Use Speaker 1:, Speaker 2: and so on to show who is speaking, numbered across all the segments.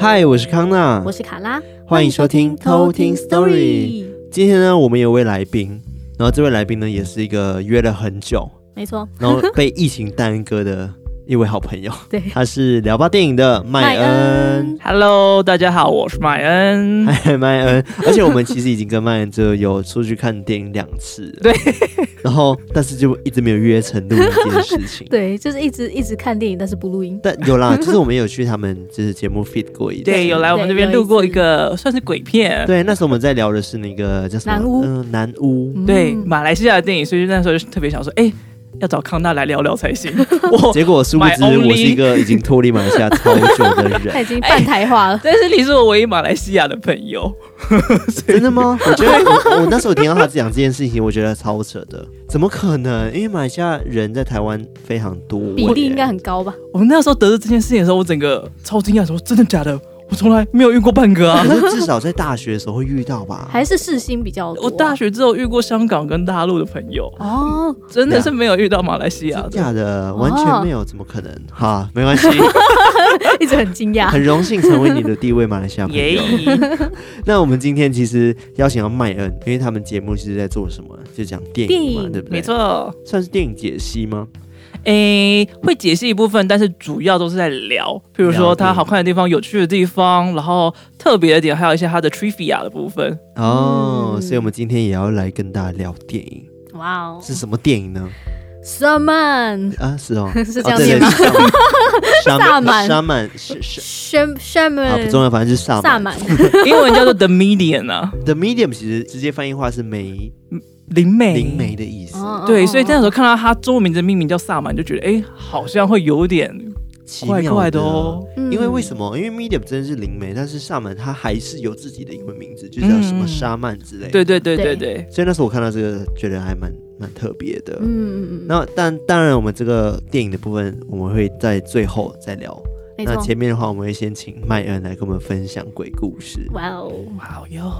Speaker 1: 嗨，我是康娜，
Speaker 2: 我是卡拉，
Speaker 1: 欢迎收听偷听 Story。今天呢，我们有位来宾，然后这位来宾呢，也是一个约了很久，
Speaker 2: 没错，
Speaker 1: 然后被疫情耽搁的 一位好朋友，
Speaker 2: 对，。
Speaker 1: 他是聊吧电影的麦恩。
Speaker 3: Hello，大家好，我是麦 恩。
Speaker 1: 嗨，麦恩，而且我们其实已经跟麦恩就有出去看电影两次了，
Speaker 3: 对，
Speaker 1: 然后但是就一直没有约成录音这件事情
Speaker 2: 对，就是一直一直看电影，但是不录音。
Speaker 1: 但有啦，就是我们有去他们就是节目 fit 过一次，
Speaker 3: 对，有来我们这边录过一个算是鬼片，
Speaker 1: 对，那时候我们在聊的是那个叫什么？
Speaker 2: 南屋
Speaker 1: 嗯，南屋。
Speaker 2: 嗯
Speaker 3: 对马来西亚的电影，所以那时候就特别想说，哎、要找康纳来聊聊才行。我
Speaker 1: 结果殊不
Speaker 3: My
Speaker 1: 知，我是
Speaker 3: only
Speaker 1: 一个已经脱离马来西 亚超久的
Speaker 2: 他
Speaker 1: 人。
Speaker 2: 已经半台化了。
Speaker 3: 但是你是我唯一马来西亚的朋友，
Speaker 1: 真的吗？我觉得我我那时候听到他讲这件事情，我觉得超扯的，怎么可能？因为马来西亚人在台湾非常多，
Speaker 2: 比例应该很高吧？
Speaker 3: 我们那时候得知这件事情的时候，我整个超惊讶，说真的假的？我从来没有遇过半个 啊
Speaker 1: 可！是至少在大学的时候会遇到吧？
Speaker 2: 还是世新比较多啊？
Speaker 3: 我大学之后遇过香港跟大陆的朋友，
Speaker 2: 哦，
Speaker 3: 真的是没有遇到马来西亚
Speaker 1: 真
Speaker 3: 的。
Speaker 1: 假的，完全没有，怎么可
Speaker 2: 哦
Speaker 1: 能？哈，没关 系，
Speaker 2: 一直很惊讶。
Speaker 1: 很荣幸成为你的第一位马来西亚朋
Speaker 3: 耶
Speaker 1: 友。！那我们今天其实邀请到麦恩，因为他们节目是在做什么？就讲电影嘛，
Speaker 2: 电影
Speaker 1: 对不对？
Speaker 3: 没，错，
Speaker 1: 算是电影解析吗？
Speaker 3: 诶、会解析一部分，但是主要都是在聊，譬如
Speaker 1: 了
Speaker 3: 说
Speaker 1: 解
Speaker 3: 它好看的地方、有趣的地方，然后特别的点，还有一些它的 trivia 的部分。
Speaker 1: 哦，
Speaker 2: 嗯
Speaker 1: 所以我们今天也要来跟大家聊电影，
Speaker 2: 哇哦
Speaker 1: 是什么电影呢？
Speaker 2: 萨曼
Speaker 1: 啊，是哦，
Speaker 2: 是
Speaker 1: 哦
Speaker 2: 这样
Speaker 1: 对
Speaker 2: 念
Speaker 1: 对
Speaker 2: 吗？
Speaker 1: 萨
Speaker 2: 萨
Speaker 1: 满，
Speaker 2: 满
Speaker 1: 萨满是是
Speaker 2: 山山
Speaker 1: 啊，不
Speaker 2: 门
Speaker 1: 重要，反正是萨
Speaker 2: 萨
Speaker 1: 满。
Speaker 2: 满，
Speaker 3: 英文叫做 The Median 啊，
Speaker 1: The medium 其实直接翻译话是梅
Speaker 3: 灵媒。
Speaker 1: 灵媒的意思，
Speaker 2: 哦
Speaker 3: 对，所以那时候看到它中文名字命名叫萨满，就觉得诶，好像会有点
Speaker 1: 奇
Speaker 3: 怪
Speaker 1: 妙
Speaker 3: 怪的哦。。
Speaker 1: 因为为
Speaker 2: 么？
Speaker 1: 什么？因为 medium 真的是灵媒，但是萨满它还是有自己的英文名字，就叫什么
Speaker 3: 嗯
Speaker 1: 沙曼之类的。
Speaker 3: 对对对对
Speaker 2: 对
Speaker 3: 对，
Speaker 1: 所以那时候我看到这个，觉得还蛮蛮特别的。
Speaker 2: 嗯嗯嗯，
Speaker 1: 那但当然，我们这个电影的部分，我们会在最后再聊。
Speaker 2: 没
Speaker 1: 那
Speaker 2: 错。
Speaker 1: 前面的话，我们会先请麦恩来跟我们分享鬼故事。
Speaker 2: 哇哦，
Speaker 3: 哇哟，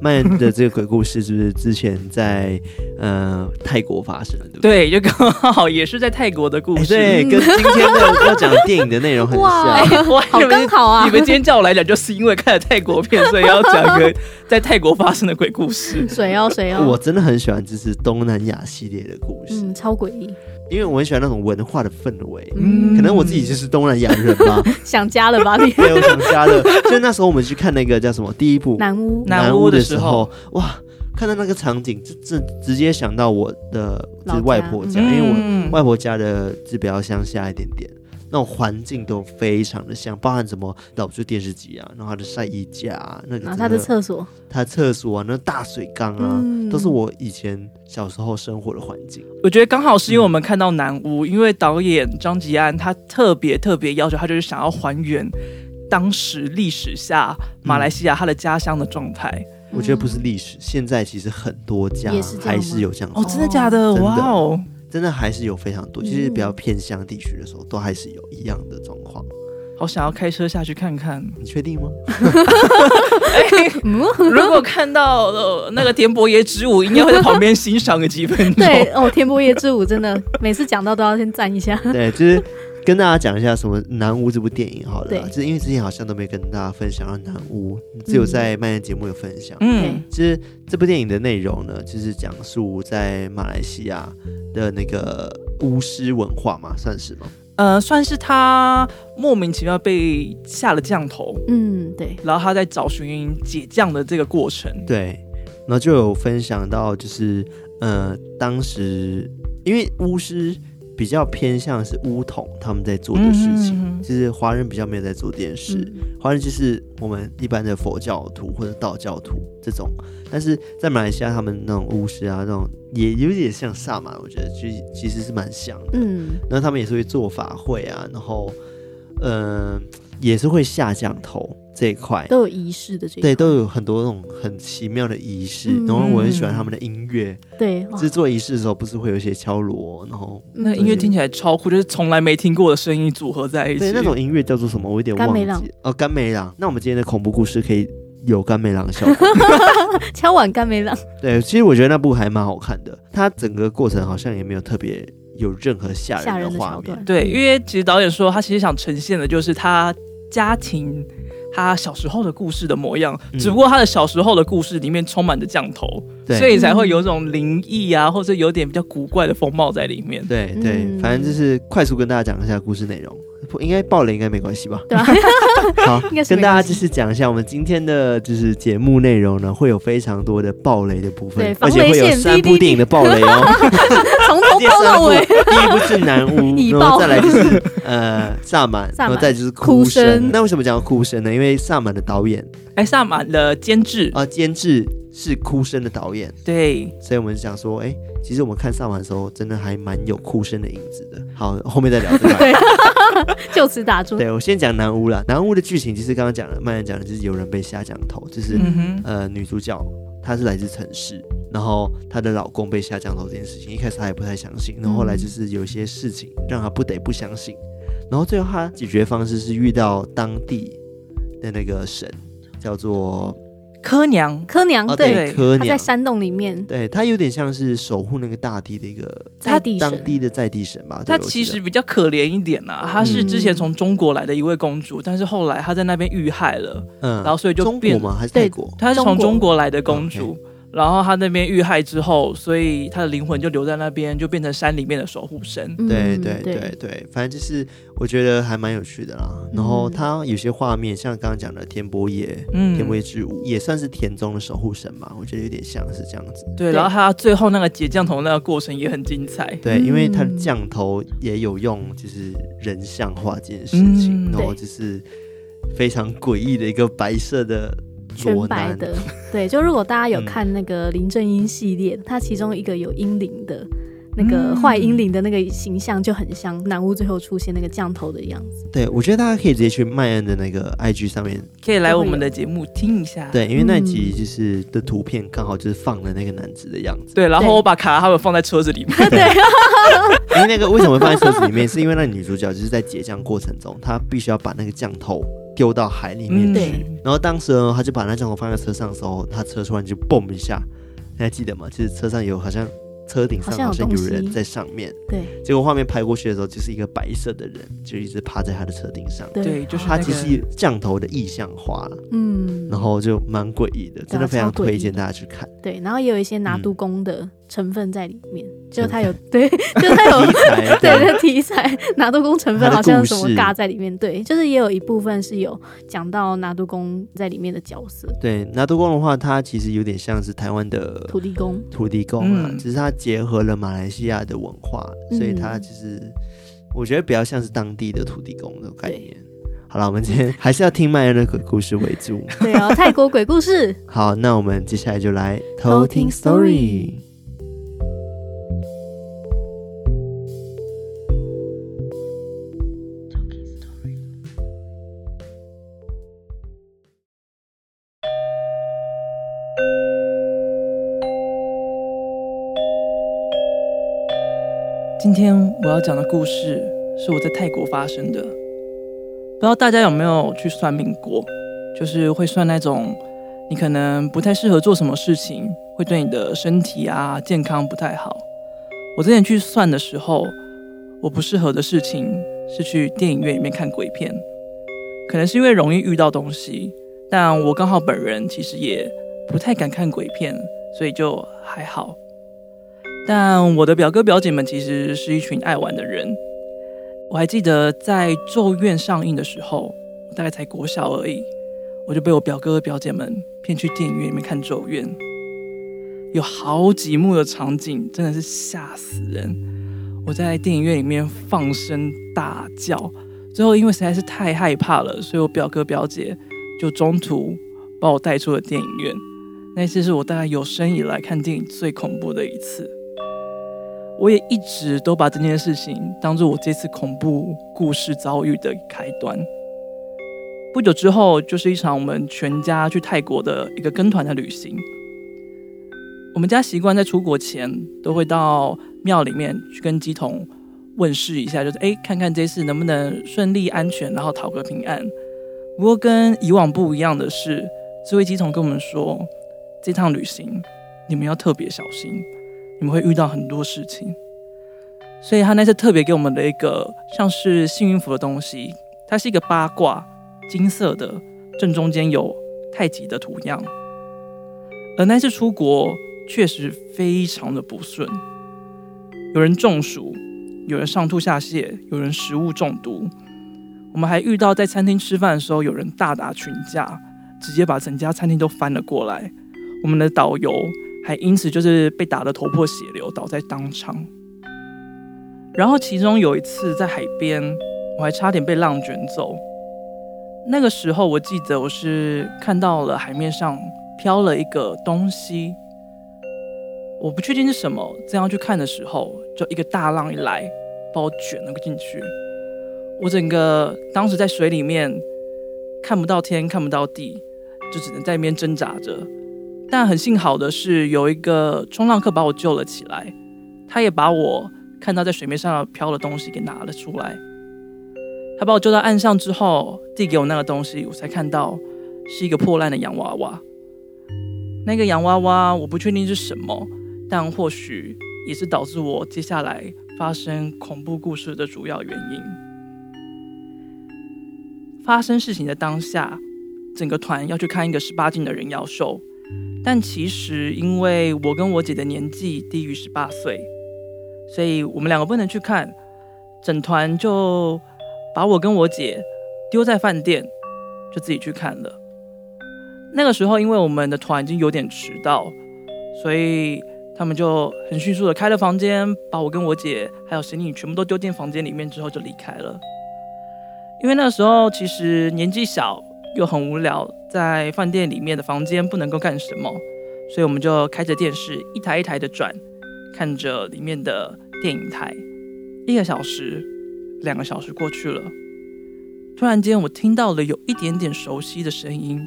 Speaker 1: 麦恩的这个鬼故事是不是之前在呃泰国发生的？对不对？
Speaker 3: 对，就刚好也是在泰国的故
Speaker 1: 哎
Speaker 3: 事。
Speaker 1: 对，
Speaker 2: 嗯
Speaker 1: 跟今天的要讲电影的内容很
Speaker 2: 哇哎
Speaker 1: 像。
Speaker 3: 我还
Speaker 2: 好
Speaker 3: 以为
Speaker 2: 刚好啊
Speaker 3: 你！们今天叫我来讲，就是因为看了泰国片，所以要讲一个在泰国发生的鬼故事。
Speaker 2: 水哦水哦，
Speaker 1: 我真的很喜欢，就是东南亚系列的故事，
Speaker 2: 嗯超诡异，
Speaker 1: 因为我很喜欢那种文化的氛围。
Speaker 2: 嗯
Speaker 1: 可能我自己就是东南亚人 吧，
Speaker 2: 想家 了吧你？
Speaker 1: 没有想家的。就那时候我们去看那个叫什么第一部
Speaker 2: 南屋
Speaker 1: 南
Speaker 3: 南
Speaker 1: 屋
Speaker 3: 屋
Speaker 1: 的
Speaker 3: 的
Speaker 1: 时
Speaker 3: 时
Speaker 1: 候
Speaker 3: 候，
Speaker 1: 哇，看到那个场景，这这直接想到我的就
Speaker 2: 老
Speaker 1: 是
Speaker 2: 家
Speaker 1: 外婆家，
Speaker 3: 嗯
Speaker 1: 因为我外婆家的就比较乡下一点点，那种环境都非常的像，包含什么老旧电视机啊，然后她的晒衣架、啊，那个
Speaker 2: 然
Speaker 1: 真
Speaker 2: 后他的厕所，
Speaker 1: 她的厕所啊，那大水缸啊，
Speaker 2: 嗯
Speaker 1: 都是我以前小时候生活的环境。
Speaker 3: 我觉得刚好是因为我们看到南屋，因为导演张吉安他特别特别要求，他就是想要还原当时历史下马来西亚他的家乡的状态。
Speaker 1: 我觉得不是历史，现在其实很多家
Speaker 2: 也是这样吗
Speaker 1: 还是有这样子
Speaker 3: 哦，真的假的？
Speaker 1: 真的
Speaker 3: 哇哦！
Speaker 1: 真的还是有非常多，就是
Speaker 2: 嗯
Speaker 1: 比较偏乡地区的时候，都还是有一样的状况。
Speaker 3: 好想要开车下去看看。
Speaker 1: 你确定吗？
Speaker 2: 嗯，
Speaker 3: 如果看到呃那个田伯爷之舞，应该会在旁边欣赏个几分钟。
Speaker 2: 对哦，天波夜之舞真的每次讲到都要先赞一 下，
Speaker 1: 对，就是跟大家讲一下什么《南屋》这部电影好了啦，
Speaker 2: 对
Speaker 1: 就是因为之前好像都没跟大家分享到《南屋》，只有在漫谈节目有分享。
Speaker 3: 嗯，
Speaker 1: 其实这部电影的内容呢，就是讲述在马来西亚的那个巫师文化嘛，算是吗？
Speaker 3: 呃，算是他莫名其妙被下了降头，
Speaker 2: 嗯，对，
Speaker 3: 然后他在找寻解降的这个过程。
Speaker 1: 对，然后就有分享到，就是呃，当时因为巫师比较偏向是巫统他们在做的事情，
Speaker 3: 嗯
Speaker 1: 就是华人比较没有在做这件事。
Speaker 2: 嗯
Speaker 1: 华人就是我们一般的佛教徒或者道教徒这种，但是在马来西亚他们那种巫师啊，那种也有点像萨满，我觉得其实其实是蛮像的。
Speaker 2: 嗯，
Speaker 1: 然后他们也是会做法会啊，然后呃也是会下降头这一块，
Speaker 2: 都有仪式的这一
Speaker 1: 对，
Speaker 2: 块
Speaker 1: 都有很多那种很奇妙的仪式。
Speaker 2: 嗯
Speaker 1: 然后我很喜欢他们的音乐，
Speaker 2: 对，哇嗯
Speaker 1: 就是做仪式的时候不是会有一些敲锣，然后
Speaker 3: 那个音乐听起来超酷，就是从来没听过的声音组合在一起。
Speaker 1: 对那种音乐叫做什么？我有点
Speaker 2: 甘
Speaker 1: 忘
Speaker 2: 美
Speaker 1: 记
Speaker 2: 朗
Speaker 1: 哦，甘美朗。那我们今天的恐怖故事可以有干妹郎的效果。
Speaker 2: 敲碗干没了，
Speaker 1: 对，其实我觉得那部还蛮好看的，它整个过程好像也没有特别有任何吓
Speaker 2: 吓
Speaker 1: 人
Speaker 2: 人的
Speaker 1: 画
Speaker 2: 桥
Speaker 1: 面
Speaker 2: 段。。嗯
Speaker 3: 对，因为其实导演说他其实想呈现的就是他家庭。他小时候的故事的模样，
Speaker 1: 嗯
Speaker 3: 只不过他的小时候的故事里面充满着降头，
Speaker 1: 对
Speaker 3: 所以才会有种灵异啊，或者有点比较古怪的风貌在里面。
Speaker 1: 对对，
Speaker 2: 嗯
Speaker 1: 反正就是快速跟大家讲一下故事内容，不应该爆雷应该没关 系吧？
Speaker 2: 对吧？啊
Speaker 1: 好
Speaker 2: 应该，是
Speaker 1: 跟
Speaker 2: 没
Speaker 1: 大家
Speaker 2: 关
Speaker 1: 就
Speaker 2: 系
Speaker 1: 是讲一下，我们今天的就是节目内容呢，会有非常多的暴雷的部分
Speaker 2: 对，
Speaker 1: 而
Speaker 2: 防
Speaker 1: 且
Speaker 2: 雷
Speaker 1: 会有
Speaker 2: 线
Speaker 1: 三部
Speaker 2: VVD
Speaker 1: 电影的暴雷哦。
Speaker 2: 从头
Speaker 1: 第
Speaker 2: 包
Speaker 1: 三
Speaker 2: 到
Speaker 1: 部，
Speaker 2: 尾。
Speaker 1: 第一部是南 屋，
Speaker 2: 欸引爆
Speaker 1: 然后再来 就是呃萨满，
Speaker 2: 萨
Speaker 1: 然
Speaker 2: 满
Speaker 1: 后再就是
Speaker 2: 哭
Speaker 1: 声。
Speaker 2: 声
Speaker 1: 那为什么讲到哭声呢？因为萨满的导演
Speaker 3: 哎，萨满的监制，
Speaker 1: 啊、监制是哭声的导演，
Speaker 3: 对，
Speaker 1: 所以我们想说，哎、其实我们看萨满的时候，真的还蛮有哭声的影子的。好，后面再聊这 个。
Speaker 2: 对， 就此打住。
Speaker 1: 对，我先讲南屋啦。南屋的剧情其实刚刚讲了，曼然讲的就是有人被下降头，就是、
Speaker 3: 嗯哼，
Speaker 1: 呃女主角她是来自城市，然后她的老公被下降头这件事情，一开始她也不太相信，
Speaker 2: 嗯
Speaker 1: 然后后来就是有一些事情让她不得不相信，然后最后她解决方式是遇到当地的那个神，叫做
Speaker 3: 柯娘，
Speaker 2: 柯娘
Speaker 1: 哦
Speaker 2: 对，
Speaker 1: 柯
Speaker 2: 她在
Speaker 1: 娘。
Speaker 2: 山洞里面，
Speaker 1: 对他有点像是守护那个大地的一个
Speaker 2: 在地神
Speaker 1: 当地的在地神吧。
Speaker 3: 她
Speaker 1: 对
Speaker 3: 其实比较可怜一点
Speaker 1: 嗯
Speaker 3: 呐、她是之前从中国来的一位公主，但是后来她在那边遇害了，
Speaker 1: 我记得嗯，
Speaker 3: 然后所以就
Speaker 1: 中国
Speaker 3: 变
Speaker 1: 吗？还是
Speaker 2: 对
Speaker 1: 泰国？
Speaker 3: 她是
Speaker 2: 中
Speaker 3: 从
Speaker 2: 国
Speaker 3: 中国来的公主，然后她那边遇害之后，所以她的灵魂就留在那边，就变成山里面的守护神。
Speaker 2: 嗯
Speaker 1: 对对对，对，反正就是我觉得还蛮有趣的啦。然
Speaker 2: 嗯
Speaker 1: 后它有些画面，像刚刚讲的天波爷，
Speaker 3: 嗯
Speaker 1: 天威之舞也算是田中的守护神嘛，我觉得有点像是这样子。
Speaker 3: 对，然后她最后那个解降头那个过程也很精彩。
Speaker 1: 对，因为他的
Speaker 2: 嗯
Speaker 1: 降头也有用，就是人像画这件事情，
Speaker 3: 嗯
Speaker 1: 然后
Speaker 2: 对
Speaker 1: 就是非常诡异的一个白色的裸
Speaker 2: 全白
Speaker 1: 男，
Speaker 2: 的。 对，就如果大家有
Speaker 1: 嗯
Speaker 2: 看那个林正英系列，它其中一个有英灵的。那个
Speaker 3: 嗯
Speaker 2: 坏英灵的那个形象就很像南屋最后出现那个降头的样 子，
Speaker 1: 对我觉得大家可以直接去麦恩的那个 IG 上面，
Speaker 3: 可以来我们的节目听一下。
Speaker 1: 对，因为那集就是的图片刚好就是放了那个男子的样子，
Speaker 3: 对，然后
Speaker 2: 对
Speaker 3: 我把卡拉他们放在车子里面。
Speaker 1: 因为那个为什么放在车子里面，是因为那女主角就是在解降过程中，她必须要把那个降头丢到海里面
Speaker 3: 嗯
Speaker 1: 去。
Speaker 2: 对
Speaker 1: 然后当时呢，她就把那降头放在车上的时候，她车突然就嘣一下，你还记得吗？就是车上有好像车顶上
Speaker 2: 好像有
Speaker 1: 好像有
Speaker 2: 东西
Speaker 1: 人在上面，
Speaker 2: 对
Speaker 1: 结果画面拍过去的时候，就是一个白色的人，就一直趴在她的车顶上。
Speaker 3: 对就是
Speaker 1: 它
Speaker 3: 那
Speaker 1: 其
Speaker 3: 个
Speaker 1: 实降头的意象化了，
Speaker 2: 嗯，
Speaker 1: 然后就蛮诡异的，真的非常
Speaker 2: 啊超诡异
Speaker 1: 推荐大家去看。
Speaker 2: 对，然后也有一些拿
Speaker 1: 嗯
Speaker 2: 督工的成分在里面，就
Speaker 1: 成
Speaker 2: 它有对，就它有
Speaker 1: 题材
Speaker 2: 对，这题材拿督公成分好像有什么
Speaker 1: 它的故事
Speaker 2: 尬在里面，对，就是也有一部分是有讲到拿督公在里面的角色，
Speaker 1: 对，拿督公的话，它其实有点像是台湾的
Speaker 2: 土 地公，
Speaker 1: 土地公啊，
Speaker 3: 嗯
Speaker 1: 只是它结合了马来西亚的文化，所以
Speaker 2: 嗯
Speaker 1: 它就是我觉得比较像是当地的土地公的概念。好了，我们今天还是要听麦恩的鬼故事为主。
Speaker 2: 对哦，泰国鬼故事，
Speaker 1: 好，那我们接下来就来偷
Speaker 2: 偷
Speaker 1: 听
Speaker 2: 听
Speaker 1: story。
Speaker 3: 今天我要讲的故事是我在泰国发生的，不知道大家有没有去算命过？就是会算那种你可能不太适合做什么事情，会对你的身体啊健康不太好。我之前去算的时候，我不适合的事情是去电影院里面看鬼片，可能是因为容易遇到东西，但我刚好本人其实也不太敢看鬼片，所以就还好。但我的表哥表姐们其实是一群爱玩的人。我还记得在《咒怨》上映的时候，我大概才国小而已，我就被我表哥表姐们骗去电影院里面看《咒怨》，有好几幕的场景真的是吓死人。我在电影院里面放声大叫，最后因为实在是太害怕了，所以我表哥表姐就中途把我带出了电影院。那一次是我大概有生以来看电影最恐怖的一次。我也一直都把这件事情当做我这次恐怖故事遭遇的开端。不久之后，就是一场我们全家去泰国的一个跟团的旅行。我们家习惯在出国前都会到庙里面去跟鸡童问事一下，就是哎，诶看看这次能不能顺利安全，然后讨个平安。不过跟以往不一样的是，智慧机虫跟我们说，这趟旅行你们要特别小心，你们会遇到很多事情。所以他那次特别给我们的一个像是幸运符的东西，它是一个八卦，金色的，正中间有太极的图样。而那次出国确实非常的不顺，有人中暑，有人上吐下泻，有人食物中毒。我们还遇到在餐厅吃饭的时候，有人大打群架，直接把整家餐厅都翻了过来。我们的导游还因此就是被打得头破血流，倒在当场。然后其中有一次在海边，我还差点被浪卷走。那个时候我记得我是看到了海面上飘了一个东西，我不确定是什么。这样去看的时候，就一个大浪一来，把我卷了进去。我整个当时在水里面看不到天，看不到地，就只能在那边挣扎着。但很幸好的是，有一个冲浪客把我救了起来，他也把我看到在水面上飘的东西给拿了出来。他把我救到岸上之后，递给我那个东西，我才看到是一个破烂的洋娃娃。那个洋娃娃我不确定是什么，但或许也是导致我接下来发生恐怖故事的主要原因。发生事情的当下，整个团要去看一个十八禁的人妖秀，但其实因为我跟我姐的年纪低于十八岁，所以我们两个不能去看，整团就把我跟我姐丢在饭店，就自己去看了。那个时候，因为我们的团已经有点迟到，所以他们就很迅速的开了房间，把我跟我姐还有行李全部都丢进房间里面之后就离开了。因为那时候其实年纪小又很无聊，在饭店里面的房间不能够干什么，所以我们就开着电视一台一台的转，看着里面的电影台。一个小时、两个小时过去了，突然间我听到了有一点点熟悉的声音，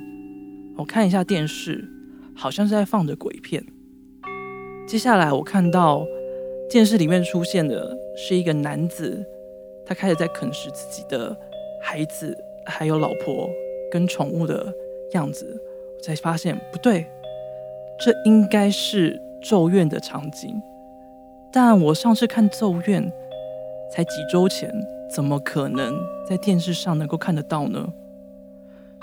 Speaker 3: 我看一下电视，好像是在放着鬼片。接下来我看到电视里面出现的是一个男子，他开始在啃食自己的孩子、还有老婆跟宠物的样子，我才发现不对，这应该是《咒怨》的场景。但我上次看《咒怨》才几周前，怎么可能在电视上能够看得到呢？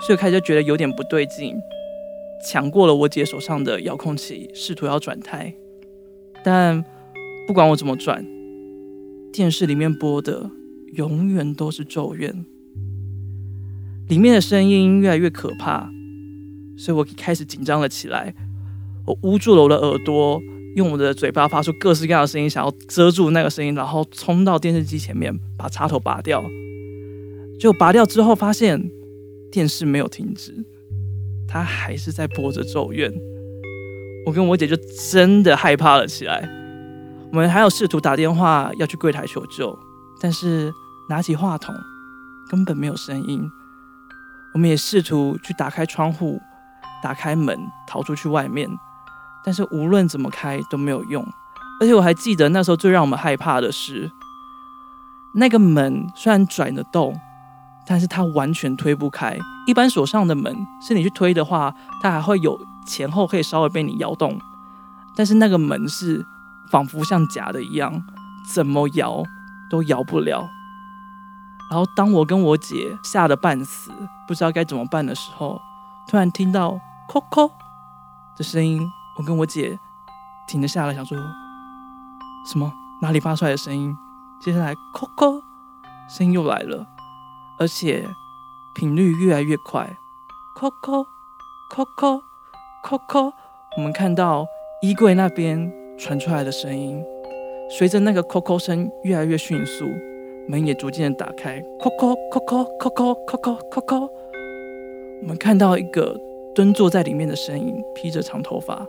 Speaker 3: 所以我开始就觉得有点不对劲，抢过了我姐手上的遥控器，试图要转台，但不管我怎么转，电视里面播的永远都是《咒怨》，里面的声音越来越可怕，所以我开始紧张了起来。我捂住了我的耳朵，用我的嘴巴发出各式各样的声音，想要遮住那个声音，然后冲到电视机前面把插头拔掉。就拔掉之后，发现电视没有停止，它还是在播着《咒怨》。我跟我姐就真的害怕了起来。我们还有试图打电话要去柜台求救，但是拿起话筒根本没有声音。我们也试图去打开窗户、打开门，逃出去外面，但是无论怎么开都没有用。而且我还记得那时候最让我们害怕的是，那个门虽然转得动，但是它完全推不开。一般锁上的门是你去推的话，它还会有前后可以稍微被你摇动，但是那个门是仿佛像假的一样，怎么摇都摇不了。然后当我跟我姐吓得半死，不知道该怎么办的时候，突然听到“扣扣”的声音，我跟我姐停了下来，想说什么哪里发出来的声音？接下来“扣扣”声音又来了，而且频率越来越快，“扣扣扣扣扣扣”，我们看到衣柜那边传出来的声音，随着那个“扣扣”声越来越迅速。门也逐渐的打开，扣扣扣扣扣扣扣扣扣扣。我们看到一个蹲坐在里面的身影，披着长头发，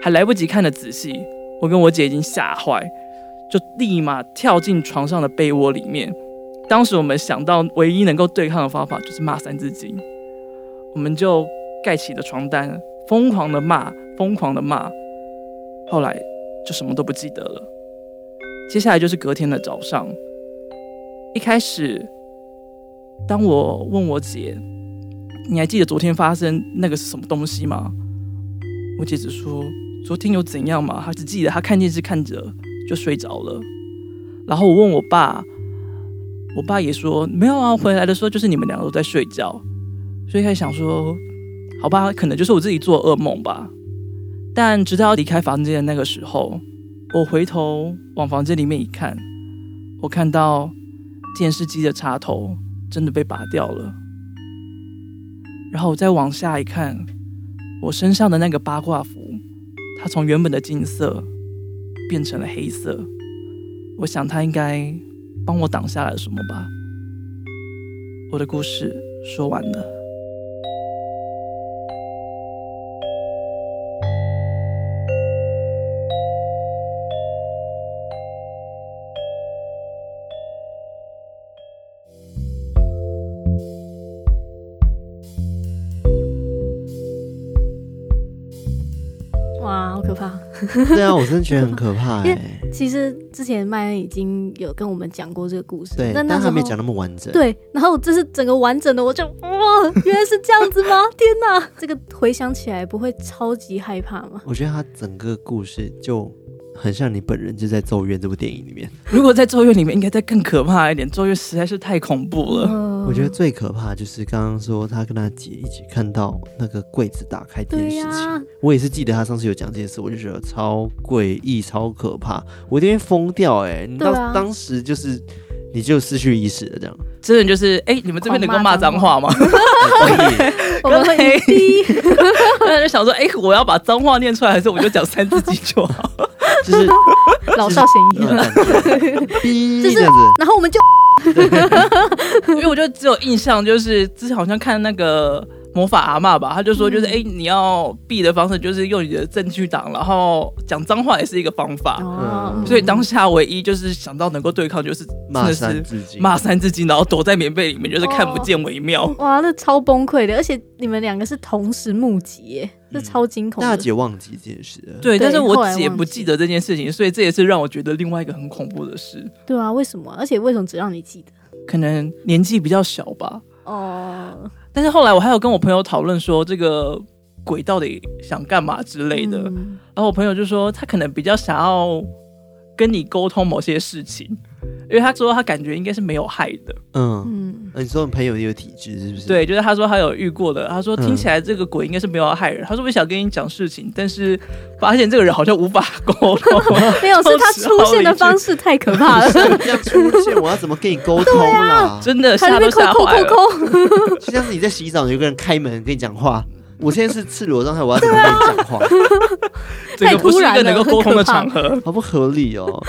Speaker 3: 还来不及看得仔细，我跟我姐已经吓坏，就立马跳进床上的被窝里面。当时我们想到唯一能够对抗的方法就是骂三字经，我们就盖起了床单，疯狂的骂，疯狂的骂。后来就什么都不记得了。接下来就是隔天的早上，一开始，当我问我姐你还记得昨天发生那个是什么东西吗？”我姐只说：“昨天有怎样嘛？”她只记得她看电视看着就睡着了。然后我问我爸，我爸也说：“没有啊，回来的时候就是你们两个都在睡觉。”所以开始想说：“好吧，可能就是我自己做噩梦吧。”但直到离开房间的那个时候，我回头往房间里面一看，我看到电视机的插头真的被拔掉了。然后我再往下一看，我身上的那个八卦符，它从原本的金色变成了黑色。我想它应该帮我挡下了什么吧。我的故事说完了。
Speaker 2: 哇，好可怕！
Speaker 1: 对啊，我真的觉得很可 怕哎、
Speaker 2: 其实之前麦恩已经有跟我们讲过这个故事，
Speaker 1: 对，
Speaker 2: 但
Speaker 1: 但
Speaker 2: 那时
Speaker 1: 他
Speaker 2: 候
Speaker 1: 没讲那么完整。，
Speaker 2: 对，然后这是整个完整的，我就哇，原来是这样子吗？ 天哪，这个回想起来不会超级害怕吗？
Speaker 1: 我觉得他整个故事就很像你本人就在《咒怨》这部电影里面。
Speaker 3: 如果在咒怨里面，应该再更可怕一点。咒怨实在是太恐怖了。
Speaker 2: 嗯
Speaker 1: 我觉得最可怕就是刚刚说他跟他姐一起看到那个柜子打开这件
Speaker 2: 对
Speaker 1: 事
Speaker 2: 呀、
Speaker 1: 情。我也是记得他上次有讲这件事，我就觉得超诡异、超可怕，我这边疯掉哎、你当、
Speaker 2: 对啊
Speaker 1: 当时就是你就失去意识了，这样。
Speaker 3: 真的就是，哎、你们这边能够骂脏话吗？
Speaker 1: 哎
Speaker 2: 我们会
Speaker 3: 跟
Speaker 2: 滴，
Speaker 3: 他 就想说，哎、我要把脏话念出来，还是我就讲三字经就好？
Speaker 1: 就是呃
Speaker 2: 老少咸宜。
Speaker 1: 嗯逼
Speaker 2: 就
Speaker 1: 这
Speaker 2: 是
Speaker 1: 样子，
Speaker 2: 然后我们就
Speaker 3: 因为我就只有印象，就是之前好像看那个魔法阿嬷吧，他就说，
Speaker 2: 嗯
Speaker 3: 就是哎、你要避的方式就是用你的证据挡，然后讲脏话也是一个方
Speaker 1: 嗯
Speaker 3: 法。
Speaker 2: 哦
Speaker 3: 所以当下唯一就是想到能够对抗，就是
Speaker 1: 骂
Speaker 3: 真
Speaker 1: 三
Speaker 3: 的
Speaker 1: 字经，
Speaker 3: 骂三字经，然后躲在棉被里面，就是看
Speaker 2: 哦
Speaker 3: 不见为妙。
Speaker 2: 哇，那超崩溃的，而且你们两个是同时目击耶，这
Speaker 1: 嗯
Speaker 2: 超惊恐的。
Speaker 1: 大姐忘记这件事了。
Speaker 3: 对，
Speaker 2: 对
Speaker 3: 但是
Speaker 2: 后
Speaker 3: 我
Speaker 2: 来
Speaker 3: 姐
Speaker 2: 忘
Speaker 3: 不
Speaker 2: 记
Speaker 3: 记得这件事情，所以这也是让我觉得另外一个很恐怖的事。
Speaker 2: 对啊，为什么？而且为什么只让你记得？
Speaker 3: 可能年纪比较小吧，
Speaker 2: 哦，
Speaker 3: 但是后来我还有跟我朋友讨论说，这个鬼到底想干嘛之类的。
Speaker 2: 嗯
Speaker 3: 然后我朋友就说，他可能比较想要跟你沟通某些事情，因为他说他感觉应该是没有害的。
Speaker 1: 嗯，
Speaker 2: 嗯，
Speaker 1: 呃你说你朋友有体质是不是？，
Speaker 3: 对，就是他说他有遇过的，他说
Speaker 1: 嗯
Speaker 3: 听起来这个鬼应该是没有要害人，他说我想跟你讲事情，但是发现这个人好像无法沟 通。
Speaker 2: 没有，是他出现的方式太可怕 了，
Speaker 1: 这样出现，我要怎么跟你沟通
Speaker 2: 啊
Speaker 1: 啦？
Speaker 3: 真 的
Speaker 2: 他
Speaker 3: 吓
Speaker 2: 那边
Speaker 3: 都
Speaker 2: 抠
Speaker 3: 吓
Speaker 2: 抠
Speaker 3: 坏
Speaker 2: 抠
Speaker 3: 了，
Speaker 2: 抠，
Speaker 1: 就像是你在洗澡，有一个人开门跟你讲话，
Speaker 2: 嗯
Speaker 1: 我现在是赤裸状态，我要怎么跟你讲话？
Speaker 2: 啊
Speaker 3: 这个
Speaker 2: 太
Speaker 3: 不是
Speaker 2: 突
Speaker 3: 一
Speaker 2: 然
Speaker 3: 个能
Speaker 2: 了
Speaker 3: 够
Speaker 2: 很
Speaker 3: 沟通
Speaker 2: 可
Speaker 3: 的
Speaker 2: 怕
Speaker 3: 场合。
Speaker 1: 好不合理 哦。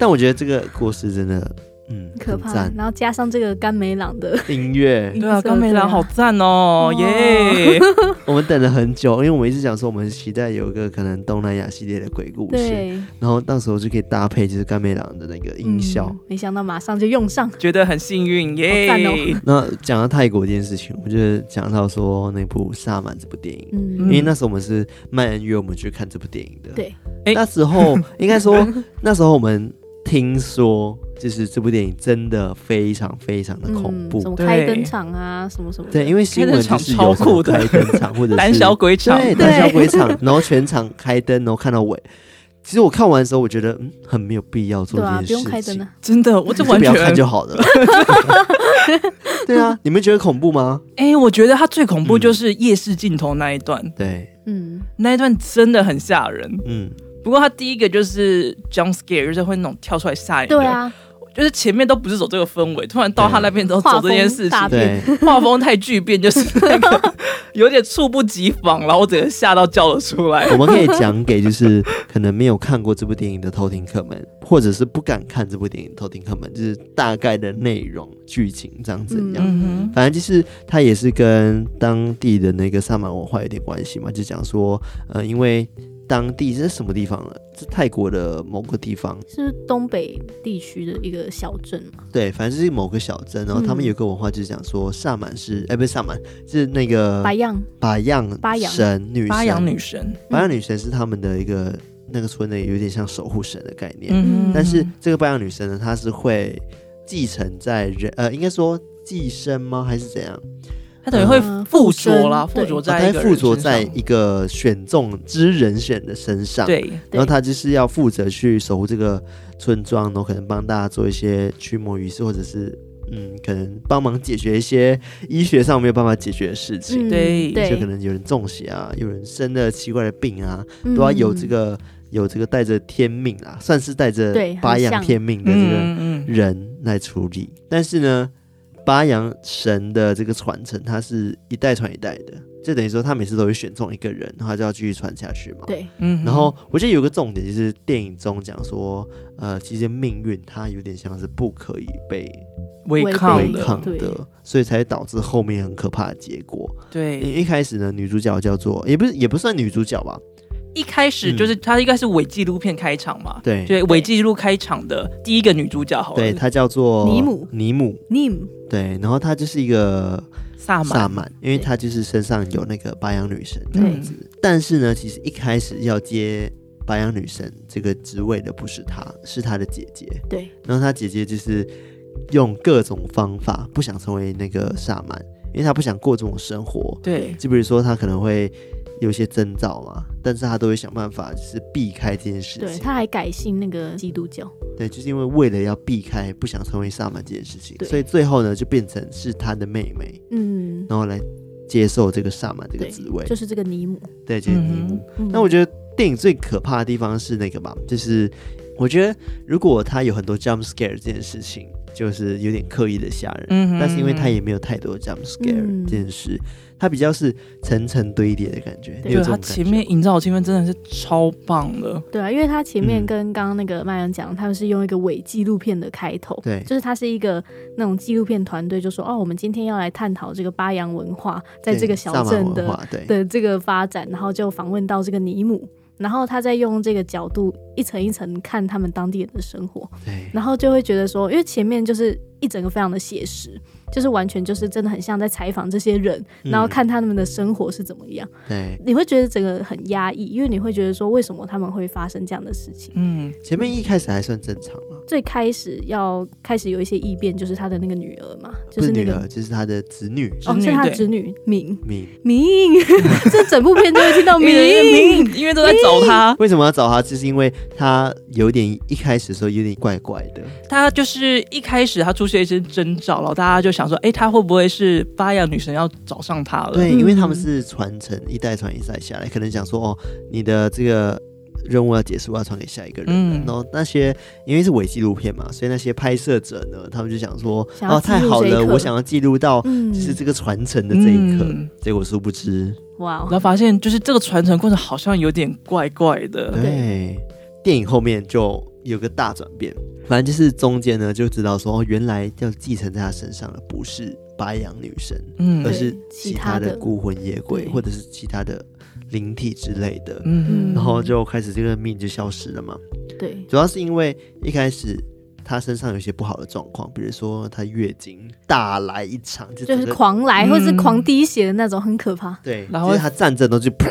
Speaker 1: 但我觉得这个故事真的，嗯，
Speaker 2: 可
Speaker 1: 很
Speaker 2: 怕。
Speaker 1: 赞。
Speaker 2: 然后加上这个甘美朗的，
Speaker 1: 音乐，
Speaker 3: 对啊，
Speaker 2: 色
Speaker 3: 高美兰
Speaker 2: 对啊
Speaker 3: 好赞哦，
Speaker 2: 哦
Speaker 3: 耶！
Speaker 1: 我们等了很久，因为我们一直讲说我们期待有一个可能东南亚系列的鬼故事，
Speaker 2: 对，
Speaker 1: 然后到时候就可以搭配就是甘美朗的那个音效。
Speaker 2: 嗯没想到马上就用上。
Speaker 3: 觉得很幸运耶
Speaker 2: 好赞哦！
Speaker 1: 那讲到泰国这件事情，我们就是讲到说那部《萨满》这部电影，因
Speaker 2: 嗯，
Speaker 1: 为那时候我们是麦恩约我们去看这部电影的。
Speaker 2: 对，
Speaker 3: 诶
Speaker 1: 那时 候应该说那时候我们听说，就是这部电影真的非常非常的恐怖。
Speaker 2: 嗯，什么
Speaker 3: 对
Speaker 2: 开灯场啊，什么什么的，
Speaker 1: 对，因为新闻就是有什么开灯场或者是
Speaker 3: 胆小鬼场，
Speaker 1: 对
Speaker 2: 对
Speaker 1: 胆小鬼场，然后全场开灯，然后看到尾。其实我看完的时候，我觉得嗯很没有必要做
Speaker 2: 对啊，
Speaker 1: 这
Speaker 2: 不
Speaker 1: 件
Speaker 2: 用
Speaker 1: 事
Speaker 2: 开灯
Speaker 1: 情，
Speaker 2: 啊，
Speaker 3: 真的，我
Speaker 1: 你
Speaker 3: 这
Speaker 1: 就
Speaker 3: 完
Speaker 1: 不要
Speaker 3: 全
Speaker 1: 看就好 了。对啊，你们觉得恐怖吗？
Speaker 3: 哎，我觉得它最恐怖
Speaker 1: 嗯
Speaker 3: 就是夜视镜头那一段，
Speaker 1: 对，
Speaker 2: 嗯，
Speaker 3: 那一段真的很吓人。
Speaker 1: 嗯，
Speaker 3: 不过它第一个就是 jump scare，就是会那种跳出来吓人。
Speaker 2: 对，啊，
Speaker 3: 就是前面都不是走这个氛围，突然到
Speaker 1: 对
Speaker 3: 他那边之后
Speaker 2: 画
Speaker 3: 走
Speaker 2: 风
Speaker 3: 这件事情
Speaker 2: 大，
Speaker 1: 对，
Speaker 3: 画风太巨变，就是那个有点猝不及防，然后我整个吓到叫了出来。
Speaker 1: 我们可以讲给就是可能没有看过这部电影的偷听客们，或者是不敢看这部电影的偷听客们，就是大概的内容、剧情这样怎样。
Speaker 3: 嗯
Speaker 1: 反正就是它也是跟当地的那个萨满文化有点关系嘛，就讲说，呃，因为当地这是什么地方呢？是泰国的某个地方，
Speaker 2: 是不是东北地区的一个小镇嘛，
Speaker 1: 对，反正就是某个小镇，然后他们
Speaker 2: 嗯
Speaker 1: 有个文化就是讲说，萨满是，哎、不是萨满，是那个
Speaker 2: 白样，
Speaker 1: 把样
Speaker 2: 巴扬
Speaker 1: 神女
Speaker 3: 哼，
Speaker 1: 神，
Speaker 3: 八阳女神，
Speaker 1: 白羊女神是他们的一个那个村的有点像守护神的概念，
Speaker 3: 嗯哼，
Speaker 1: 但是这个白羊女神呢，她是会继承在人呃，应该说寄生吗？还是怎样？
Speaker 3: 他等于会
Speaker 2: 嗯
Speaker 3: 附
Speaker 2: 附身
Speaker 3: 着啦，附
Speaker 2: 对
Speaker 3: 着
Speaker 2: 哦
Speaker 1: 他
Speaker 3: 在一
Speaker 1: 还
Speaker 3: 个
Speaker 1: 附
Speaker 3: 人
Speaker 1: 着
Speaker 3: 身
Speaker 1: 在
Speaker 3: 上
Speaker 1: 一个选中之人选的身上，，
Speaker 3: 对
Speaker 1: 然后他就是要负责去守护这个村庄，然后可能帮大家做一些驱魔仪式，或者是嗯，可能帮忙解决一些医学上没有办法解决的事情，
Speaker 2: 嗯
Speaker 3: 对
Speaker 1: 就可
Speaker 2: 对，
Speaker 1: 能有人中邪啊，有人生了奇怪的病啊，都要有这
Speaker 2: 嗯
Speaker 1: 个有这个带着天命啊，算是带着
Speaker 2: 对
Speaker 1: 八
Speaker 2: 很
Speaker 1: 阳
Speaker 2: 像
Speaker 1: 天命的这个
Speaker 3: 嗯嗯嗯，
Speaker 1: 人来处理。但是呢，八阳神的这个传承，它是一代传一代的，就等于说他每次都会选中一个人，然后他就要继续传下去嘛。
Speaker 2: 对，
Speaker 3: 嗯
Speaker 1: 然后我记得有个重点就是电影中讲说，呃，其实命运它有点像是不可以被
Speaker 3: 违
Speaker 2: 违
Speaker 3: 抗
Speaker 2: 抗
Speaker 1: 违
Speaker 2: 的
Speaker 1: 抗
Speaker 2: 对
Speaker 1: 的，所以才导致后面很可怕的结果。
Speaker 3: 对，
Speaker 1: 一一开始呢，女主角叫做也不是也不算女主角吧，
Speaker 3: 一开始就是
Speaker 1: 嗯
Speaker 3: 她应该是伪纪录片开场嘛，
Speaker 1: 对
Speaker 3: 对，伪纪录开场的第一个女主角好了，
Speaker 1: 对，她叫做
Speaker 2: 尼姆
Speaker 1: 尼姆，
Speaker 2: Nim
Speaker 1: 对，然后她就是一个
Speaker 3: 萨
Speaker 1: 萨
Speaker 3: 满，
Speaker 1: 满，因为她就是身上有那个白羊女神这样
Speaker 3: 嗯
Speaker 1: 子。但是呢，其实一开始要接白羊女神这个职位的不是她，是她的姐姐。
Speaker 2: 对，
Speaker 1: 然后她姐姐就是用各种方法不想成为那个萨满，因为她不想过这种生活。
Speaker 3: 对
Speaker 1: 就比如说她可能会有一些征兆嘛，但是她都会想办法就是避开这件事
Speaker 2: 对，
Speaker 1: 情。
Speaker 2: 他还改信那个基督教，
Speaker 1: 对，就是因为为了要避开不想成为萨满这件事情，
Speaker 2: 对
Speaker 1: 所以最后呢就变成是她的妹妹。
Speaker 2: 嗯，
Speaker 1: 然后来接受这个萨满这个
Speaker 2: 对
Speaker 1: 职位，
Speaker 2: 就是这个尼姆。
Speaker 1: 对，就是尼姆。
Speaker 2: 嗯
Speaker 1: 那我觉得电影最可怕的地方是那个吧，就是我觉得如果他有很多 jump scare 这件事情，就是有点刻意的吓人。
Speaker 3: 嗯哼，
Speaker 1: 但是因为他也没有太多 jump scare
Speaker 2: 嗯
Speaker 1: 这件事，它比较是层层堆叠的感觉。你
Speaker 2: 对
Speaker 1: 有这种
Speaker 3: 对他
Speaker 1: 感觉
Speaker 3: 前面
Speaker 1: 吗
Speaker 3: 营造的气氛真的是超棒的，
Speaker 2: 对啊，因为他前面
Speaker 1: 嗯
Speaker 2: 跟刚刚那个麦恩讲，他们是用一个伪纪录片的开头，
Speaker 1: 对
Speaker 2: 就是他是一个那种纪录片团队，就说哦，我们今天要来探讨这个巴扬文化在这个
Speaker 1: 对萨
Speaker 2: 小
Speaker 1: 满
Speaker 2: 镇
Speaker 1: 文
Speaker 2: 的
Speaker 1: 化对
Speaker 2: 的这个发展，然后就访问到这个尼姆，然后他再用这个角度一层一层看他们当地人的生活，
Speaker 1: 对
Speaker 2: 然后就会觉得说，因为前面就是一整个非常的写实，就是完全就是真的很像在采访这些人，
Speaker 1: 嗯
Speaker 2: 然后看他们的生活是怎么样，
Speaker 1: 对，
Speaker 2: 你会觉得整个很压抑，因为你会觉得说，为什么他们会发生这样的事情？
Speaker 3: 嗯，
Speaker 1: 前面一开始还算正常了，
Speaker 2: 最开始要开始有一些异变，就是他的那个女儿嘛，就
Speaker 1: 不是
Speaker 2: 那
Speaker 1: 女
Speaker 2: 个
Speaker 1: 儿，就是他的子女
Speaker 3: 侄
Speaker 2: 哦，
Speaker 3: 女
Speaker 2: 是他
Speaker 3: 对
Speaker 2: 侄女明
Speaker 1: 敏。
Speaker 2: 明， 这整部片就会听到
Speaker 3: 因
Speaker 2: 明
Speaker 3: 为因为因为都在找他，
Speaker 1: 为什么要找他？就是因为他有点一开始的时候有点怪怪的，
Speaker 3: 他就是一开始他出现一些征兆，然后大家就想说，哎，他会不会是巴亚女神要找上他了？
Speaker 1: 对，因为他们
Speaker 2: 嗯
Speaker 1: 是传承一代传一代下来，可能想说哦，你的这个任务要结束，要传给下一个人了。
Speaker 3: 嗯
Speaker 1: 然后那些因为是伪纪录片嘛，所以那些拍摄者呢，他们就想说
Speaker 2: 想要
Speaker 1: 哦，太
Speaker 2: 记录
Speaker 1: 好
Speaker 2: 这一
Speaker 1: 了，
Speaker 2: 刻
Speaker 1: 我想要记录到
Speaker 2: 嗯，
Speaker 1: 就是这个传承的这一刻。
Speaker 3: 嗯
Speaker 1: 结果殊不知，
Speaker 2: 哇
Speaker 3: 然
Speaker 2: 哦，
Speaker 3: 后发现就是这个传承过程好像有点怪怪的，
Speaker 1: 对，电影后面就有个大转变，反正就是中间呢就知道说，哦，原来要继承在他身上的不是白羊女神，
Speaker 3: 嗯
Speaker 1: 而
Speaker 2: 对
Speaker 1: 是其
Speaker 2: 其他
Speaker 1: 他的
Speaker 2: 的
Speaker 1: 孤魂野鬼，
Speaker 2: 对
Speaker 1: 或者是其他的灵体之类的。
Speaker 3: 嗯
Speaker 2: 嗯
Speaker 1: 然后就开始这个命就消失了嘛。
Speaker 2: 对，
Speaker 1: 主要是因为一开始她身上有一些不好的状况，比如说她月经大来一场，就
Speaker 2: 就
Speaker 1: 整
Speaker 2: 是
Speaker 1: 个
Speaker 2: 狂来、
Speaker 3: 嗯
Speaker 2: 或者是狂滴血的那种，很可怕。
Speaker 1: 对，
Speaker 3: 然后
Speaker 1: 就是她站着都就啪，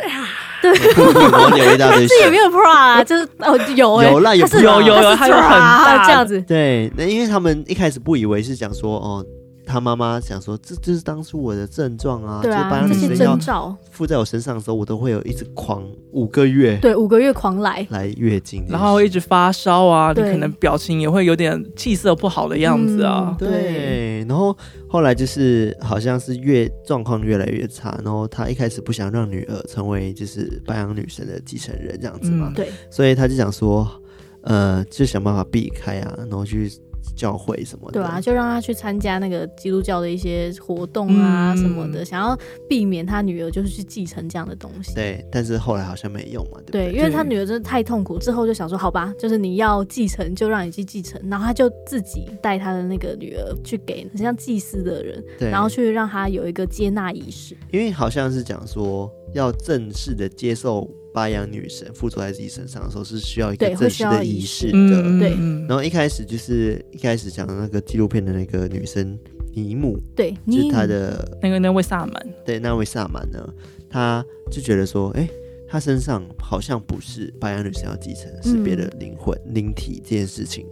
Speaker 2: 对，
Speaker 1: 然后流一大堆
Speaker 2: 这也没
Speaker 1: 血。
Speaker 2: 有 pra 啊，就是哦有哎、
Speaker 1: 有啦有
Speaker 2: 它是
Speaker 1: bra 有有
Speaker 2: 它
Speaker 3: 有它
Speaker 2: 是
Speaker 3: 有
Speaker 2: bra
Speaker 3: 很大
Speaker 2: 这样子，
Speaker 1: 对，那因为他们一开始不以为是讲说哦。她妈妈想说，这这是当初我的症状啊，
Speaker 2: 对
Speaker 1: 就是白
Speaker 2: 啊，
Speaker 1: 羊
Speaker 2: 这
Speaker 1: 女
Speaker 2: 些
Speaker 1: 神要
Speaker 2: 征兆，
Speaker 1: 附在我身上的时候，我都会有一直狂五个月
Speaker 2: 对，五个月狂来，
Speaker 1: 来月经这件事，
Speaker 3: 然后一直发烧啊，你
Speaker 2: 对
Speaker 3: 可能表情也会有点气色不好的样子啊。
Speaker 2: 嗯
Speaker 1: 对，然后后来就是好像是越状况越来越差，然后他一开始不想让女儿成为就是白羊女神的继承人这样子嘛，
Speaker 3: 嗯
Speaker 2: 对，
Speaker 1: 所以他就想说，呃，就想办法避开啊，然后去教会什么的，
Speaker 2: 对啊，就让他去参加那个基督教的一些活动啊
Speaker 3: 嗯
Speaker 2: 什么的，想要避免他女儿就是去继承这样的东西。
Speaker 1: 对，但是后来好像没用嘛，对不
Speaker 2: 对，
Speaker 1: 对？
Speaker 2: 因为他女儿真的太痛苦，之后就想说，好吧，就是你要继承，就让你去继承，然后他就自己带他的那个女儿去给很像祭司的人，
Speaker 1: 对，
Speaker 2: 然后去让他有一个接纳仪式。
Speaker 1: 因为好像是讲说要正式的接受白羊女神附着在自己身上的时候，是需要一个
Speaker 2: 对会
Speaker 1: 正
Speaker 2: 需
Speaker 1: 式
Speaker 2: 要
Speaker 1: 的
Speaker 2: 仪
Speaker 1: 仪
Speaker 2: 式
Speaker 1: 式的，
Speaker 3: 嗯，
Speaker 2: 对
Speaker 3: 嗯
Speaker 1: 然后一开始就是一开始讲的那个纪录片的那个女生尼姆，
Speaker 2: 对，
Speaker 1: 就
Speaker 2: 你
Speaker 1: 是她的
Speaker 3: 那个那位萨满，
Speaker 1: 对那位萨满呢，她就觉得说，哎、她身上好像不是白羊女神要继承，是别的灵魂灵、体这件事情。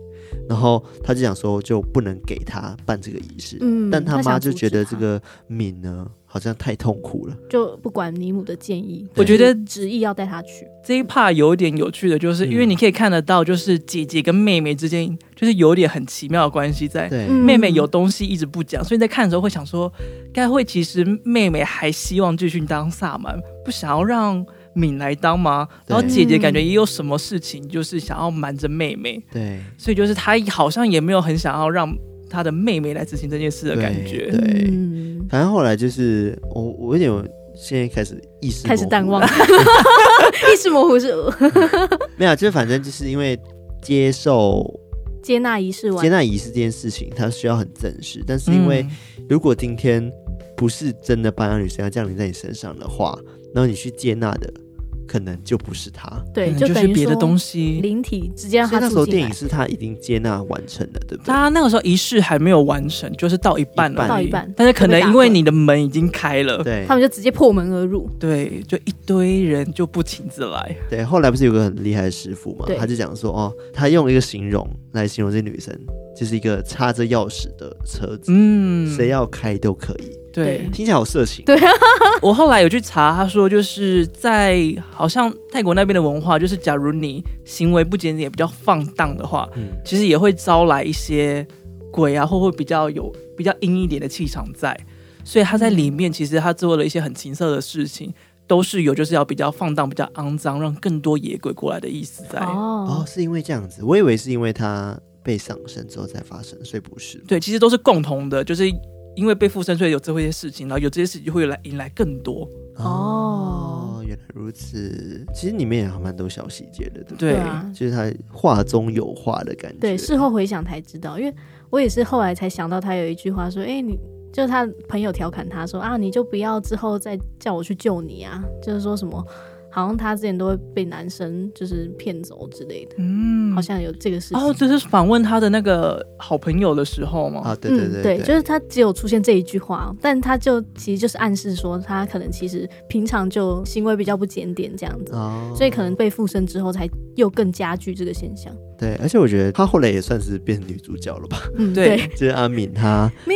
Speaker 1: 然后她就想说，就不能给她办这个仪式。
Speaker 2: 嗯，
Speaker 1: 但她
Speaker 2: 想
Speaker 1: 妈就
Speaker 2: 阻
Speaker 1: 觉
Speaker 2: 止
Speaker 1: 得
Speaker 2: 他
Speaker 1: 这个敏呢好像太痛苦了。
Speaker 2: 就不管尼姆的建议，
Speaker 1: 对
Speaker 3: 我觉得
Speaker 2: 执意要带他去。
Speaker 3: 这一 part 有点有趣的，就是因为
Speaker 1: 嗯
Speaker 3: 你可以看得到，就是姐姐跟妹妹之间就是有点很奇妙的关系在。
Speaker 1: 对，
Speaker 2: 嗯
Speaker 3: 妹妹有东西一直不讲，所以你在看的时候会想说，该会其实妹妹还希望继续当萨满，不想要让敏来当吗？
Speaker 1: 对
Speaker 3: 然后姐姐感觉也有什么事情，就是想要瞒着妹妹，
Speaker 1: 对，
Speaker 3: 所以就是她好像也没有很想要让她的妹妹来执行这件事的感觉。
Speaker 1: 对
Speaker 2: 嗯
Speaker 1: 反正后来就是我，我有点现在开始意识
Speaker 2: 开始
Speaker 1: 模糊
Speaker 2: 淡
Speaker 1: 了
Speaker 2: 忘，意识模糊是
Speaker 1: 没有，就是反正就是因为接受
Speaker 2: 接纳仪式
Speaker 1: 接
Speaker 2: 完，
Speaker 1: 纳仪式这件事情，它需要很正式。但是因为
Speaker 3: 嗯
Speaker 1: 如果今天不是真的白羊女神要降临在你身上的话，然后你去接纳的，可能就不是她。
Speaker 2: 对，
Speaker 3: 可能嗯就是
Speaker 2: 等于
Speaker 3: 别的
Speaker 2: 说
Speaker 3: 东西。
Speaker 2: 灵体直接让
Speaker 1: 所
Speaker 2: 他
Speaker 1: 以那时
Speaker 2: 住
Speaker 1: 候
Speaker 2: 进
Speaker 1: 电
Speaker 2: 来
Speaker 1: 影。是她已经接纳完成的，对不对？
Speaker 3: 她那个时候仪式还没有完成，就是到一半而已
Speaker 2: 到一半
Speaker 3: 但是可能因为你的门已经开了，
Speaker 1: 对
Speaker 2: 他们就直接破门而入，
Speaker 3: 对，就一堆人就不请自来。
Speaker 1: 对，后来不是有个很厉害的师傅嘛
Speaker 2: 对？
Speaker 1: 他就讲说，哦，他用一个形容来形容这女生，就是一个插着钥匙的车子，
Speaker 3: 嗯，
Speaker 1: 谁要开都可以。
Speaker 3: 对
Speaker 2: 对
Speaker 1: 听起来好色情，
Speaker 2: 对
Speaker 3: 我后来有去查，他说就是在好像泰国那边的文化，就是假如你行为不检点、比较放荡的话，
Speaker 1: 嗯，
Speaker 3: 其实也会招来一些鬼啊，或会比较有比较阴一点的气场在。所以他在里面，其实他做了一些很情色的事情，都是有就是要比较放荡、比较肮脏，让更多野鬼过来的意思在。
Speaker 1: 哦，
Speaker 2: 哦，
Speaker 1: 是因为这样子，我以为是因为他被上身之后才发生，所以不是。
Speaker 3: 对，其实都是共同的，就是因为被附身，所以有这些事情，然后有这些事情就会来引来更多。
Speaker 2: 哦
Speaker 1: 哦，原来如此。其实里面也还蛮多小细节的，对不对？
Speaker 3: 对，
Speaker 2: 啊，
Speaker 1: 就是他话中有话的感觉。
Speaker 2: 对，事后回想才知道，因为我也是后来才想到他有一句话说：“哎、你就是他朋友调侃他说啊，你就不要之后再叫我去救你啊，就是说什么好像他之前都会被男生就是骗走之类的，
Speaker 3: 嗯
Speaker 2: 好像有这个事情。
Speaker 3: 哦，这是访问他的那个好朋友的时候吗？
Speaker 1: 啊，对对
Speaker 2: 嗯、
Speaker 1: 对
Speaker 2: 对，就是他只有出现这一句话，但他就其实就是暗示说他可能其实平常就行为比较不检点这样子，
Speaker 1: 哦，
Speaker 2: 所以可能被附身之后才又更加剧这个现象。
Speaker 1: 对，而且我觉得她后来也算是变成女主角了吧？
Speaker 2: 嗯，
Speaker 3: 对
Speaker 2: 对，
Speaker 1: 就是阿敏她，
Speaker 2: 敏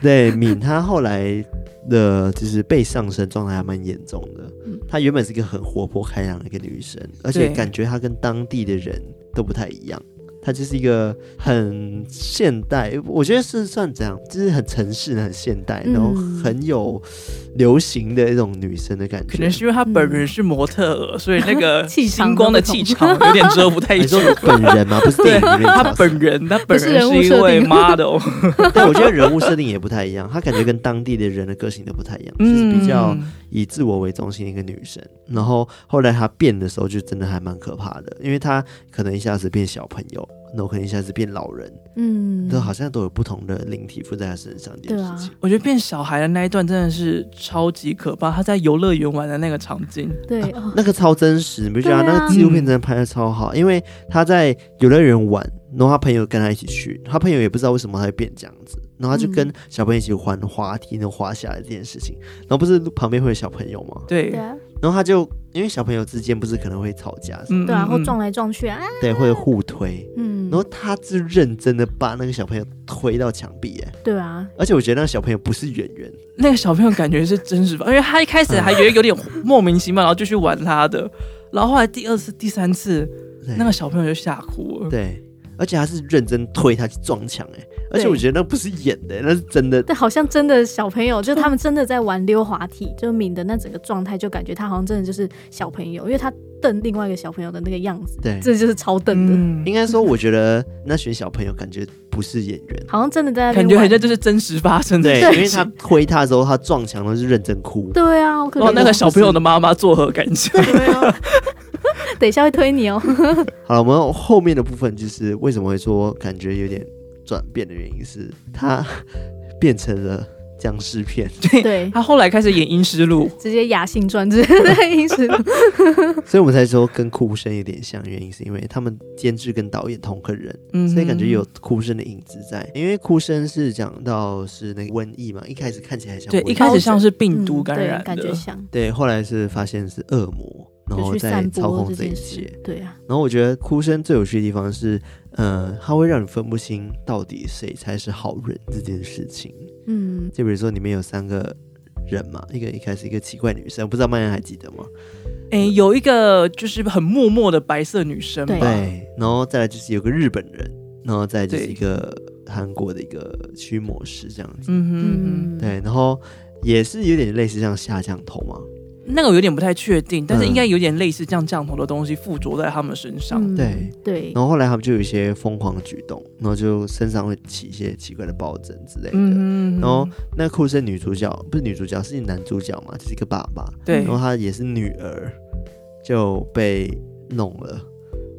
Speaker 1: 对敏她后来的就是被上身状态还蛮严重的
Speaker 2: 嗯。
Speaker 1: 她原本是一个很活泼开朗的一个女生，而且
Speaker 3: 对
Speaker 1: 感觉她跟当地的人都不太一样。她就是一个很现代，我觉得是算怎样，就是很城市、很现代，然后
Speaker 2: 嗯
Speaker 1: 很有流行的一种女生的感觉。
Speaker 3: 可能是因为他本人是模特儿，所以那个
Speaker 2: 气场
Speaker 3: 星光的气场有点遮不 太
Speaker 1: 你说
Speaker 3: 住。
Speaker 1: 本人吗？不是电
Speaker 3: 对
Speaker 1: 影里面的
Speaker 3: 他
Speaker 1: 角色
Speaker 3: 本人，他本
Speaker 2: 不是
Speaker 3: 人
Speaker 2: 人物
Speaker 3: 是一
Speaker 2: 设
Speaker 3: 位
Speaker 2: 定
Speaker 3: model，
Speaker 1: 但我觉得人物设定也不太一样，她感觉跟当地的人的个性都不太一样，
Speaker 3: 嗯
Speaker 1: 就是比较以自我为中心的一个女生。然后后来她变的时候，就真的还蛮可怕的，因为她可能一下子变小朋友，然后可能一下子变老人，
Speaker 2: 嗯， 啊
Speaker 1: 都好像都有不同的灵体附在她身上这件事情。
Speaker 3: 我觉得变小孩的那一段真的是超级可怕。他在游乐园玩的那个场景，
Speaker 2: 对，
Speaker 1: 啊
Speaker 2: 哦
Speaker 1: 那个超真实，你不觉得、
Speaker 2: 对啊
Speaker 1: 那个纪录片真的拍的超好？因为她在游乐园玩，然后她朋友跟她一起去，她朋友也不知道为什么她会变这样子，然后她就跟
Speaker 2: 嗯
Speaker 1: 小朋友一起玩滑梯，然后滑下来这件事情，然后不是旁边会有小朋友吗？
Speaker 3: 对
Speaker 2: 对，啊，
Speaker 1: 然后他就因为小朋友之间不是可能会吵架什么，
Speaker 3: 嗯
Speaker 2: 对啊，或
Speaker 3: 嗯
Speaker 2: 撞来撞去啊，
Speaker 1: 对，会互推。
Speaker 2: 嗯，
Speaker 1: 然后他是认真的把那个小朋友推到墙壁，哎，
Speaker 2: 对啊，
Speaker 1: 而且我觉得那个小朋友不是圆圆，
Speaker 3: 那个小朋友感觉是真实吧，因为他一开始还觉得有点莫名其妙，然后就去玩他的，然后后来第二次、第三次，
Speaker 1: 对
Speaker 3: 那个小朋友就吓哭了。
Speaker 1: 对，而且他是认真推他去撞墙，哎，而且
Speaker 2: 对
Speaker 1: 我觉得那不是演的，那是真的，
Speaker 2: 但好像真的小朋友，就是他们真的在玩溜滑梯，就敏的那整个状态，就感觉他好像真的就是小朋友，因为他瞪另外一个小朋友的那个样子，
Speaker 1: 对。
Speaker 2: 这就是超瞪的，
Speaker 3: 嗯
Speaker 1: 应该说，我觉得那群小朋友感觉不是演 员，
Speaker 2: 好像真的在那
Speaker 3: 感
Speaker 2: 边
Speaker 3: 觉
Speaker 2: 玩
Speaker 3: 很像就是真实发生的
Speaker 1: 对，
Speaker 3: 事
Speaker 1: 因为
Speaker 3: 情
Speaker 1: 他推他的时候，他撞墙都是认真哭。
Speaker 2: 对啊，我可能、
Speaker 3: 哦，那个小朋友的妈妈作何感想？
Speaker 2: 等一下会推你 哦，
Speaker 1: 好了，我们后面的部分就是为什么会说感觉有点转变的原因是，他 变成了僵尸片，
Speaker 2: 对，
Speaker 3: 他后来开始演《阴尸路》，
Speaker 2: 直接雅兴专 之类的意思，
Speaker 1: 所以我们才说跟哭声有点像，原因是因为他们监制跟导演同个人，
Speaker 3: 嗯
Speaker 1: 所以感觉有哭声的影子在。因为哭声是讲到是那个瘟疫嘛，一开始看起来像
Speaker 3: 对，
Speaker 1: 瘟疫
Speaker 3: 一开始像是
Speaker 2: 嗯
Speaker 3: 病毒感
Speaker 2: 对
Speaker 3: 染
Speaker 2: 感
Speaker 3: 的
Speaker 2: 觉，像。
Speaker 1: 对，后来是发现是恶魔，然
Speaker 2: 就
Speaker 1: 后
Speaker 2: 去
Speaker 1: 再
Speaker 2: 散
Speaker 1: 操
Speaker 2: 播
Speaker 1: 控
Speaker 2: 这
Speaker 1: 这一
Speaker 2: 件
Speaker 1: 切
Speaker 2: 事。，对啊，
Speaker 1: 然后我觉得哭声最有趣的地方是，呃，它会让你分不清到底谁才是好人这件事情。
Speaker 2: 嗯，
Speaker 1: 就比如说里面有三个人嘛，一个一开始一个奇怪女生，不知道曼燕还记得吗？
Speaker 3: 哎、有一个就是很默默的白色女生吧，
Speaker 2: 对
Speaker 1: 对，然后再来就是有个日本人，然后再来就是
Speaker 3: 对
Speaker 1: 一个韩国的一个驱魔师这样子。
Speaker 3: 嗯哼嗯
Speaker 2: 嗯，
Speaker 1: 对，然后也是有点类似像下降头嘛。
Speaker 3: 哼，那个我有点不太确定，但是
Speaker 1: 嗯
Speaker 3: 应该有点类似这样降头的东西附着在他们身上。
Speaker 2: 嗯
Speaker 1: 对
Speaker 2: 对
Speaker 1: 然，后后来他们就有一些疯狂的举动，然后就身上会起一些奇怪的疱疹之类的。
Speaker 3: 嗯哼，
Speaker 1: 然后那酷生女主角不是女主角，是男主角嘛，就是一个爸爸，
Speaker 3: 对
Speaker 1: 然后他也是女儿就被弄了，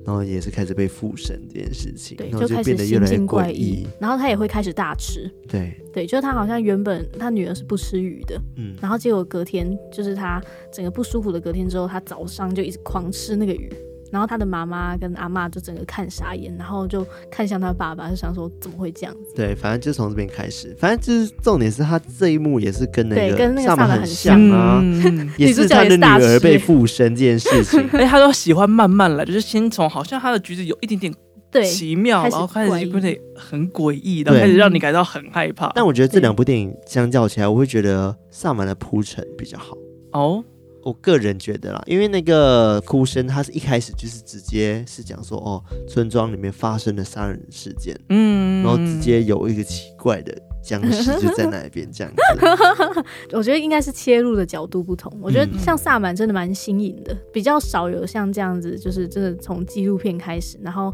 Speaker 1: 然后也是开始被附身这件事情，
Speaker 2: 对，
Speaker 1: 然后
Speaker 2: 开
Speaker 1: 变
Speaker 2: 始
Speaker 1: 得越
Speaker 2: 心
Speaker 1: 来越
Speaker 2: 境怪
Speaker 1: 诡
Speaker 2: 异
Speaker 1: 异。，
Speaker 2: 然后他也会开始大吃。
Speaker 1: 对，
Speaker 2: 对，就是他好像原本他女儿是不吃鱼的，
Speaker 1: 嗯，
Speaker 2: 然后结果隔天就是他整个不舒服的隔天之后，他早上就一直狂吃那个鱼，然后他的妈妈跟阿嬷就整个看傻眼，然后就看向他爸爸，就想说怎么会这样子？
Speaker 1: 对，反正就从这边开始，反正就是重点是他这一幕也是跟那
Speaker 2: 对
Speaker 1: 个
Speaker 2: 跟那个
Speaker 1: 萨满
Speaker 2: 萨满
Speaker 1: 很
Speaker 2: 很像
Speaker 1: 啊，
Speaker 3: 嗯嗯 嗯
Speaker 1: 也
Speaker 2: 女
Speaker 1: 是
Speaker 2: 主角
Speaker 1: 他的
Speaker 2: 也是
Speaker 1: 女
Speaker 2: 大
Speaker 1: 儿
Speaker 2: 师
Speaker 1: 被附身这件事情，
Speaker 3: 而且他都喜欢慢慢来，就是先从好像他的举止有一点点
Speaker 2: 对，
Speaker 3: 奇妙，
Speaker 2: 开
Speaker 3: 然
Speaker 2: 始
Speaker 3: 后开始
Speaker 2: 诡
Speaker 3: 就变
Speaker 2: 异
Speaker 3: 得很诡异，然后
Speaker 1: 对
Speaker 3: 开始让你感到很害怕。
Speaker 1: 但我觉得这
Speaker 2: 对
Speaker 1: 两部电影相较起来，我会觉得萨满的铺陈比较好。
Speaker 3: 哦，
Speaker 1: 我个人觉得啦，因为那个哭声，他是一开始就是直接是讲说，哦，村庄里面发生了杀人事件，
Speaker 3: 嗯，
Speaker 1: 然后直接有一个奇怪的僵尸就在那边这样 子。
Speaker 2: 我觉得应该是切入的角度不同。我觉
Speaker 1: 嗯
Speaker 2: 得像萨满真的蛮新颖的，比较少有像这样子，就是真的从纪录片开始，然后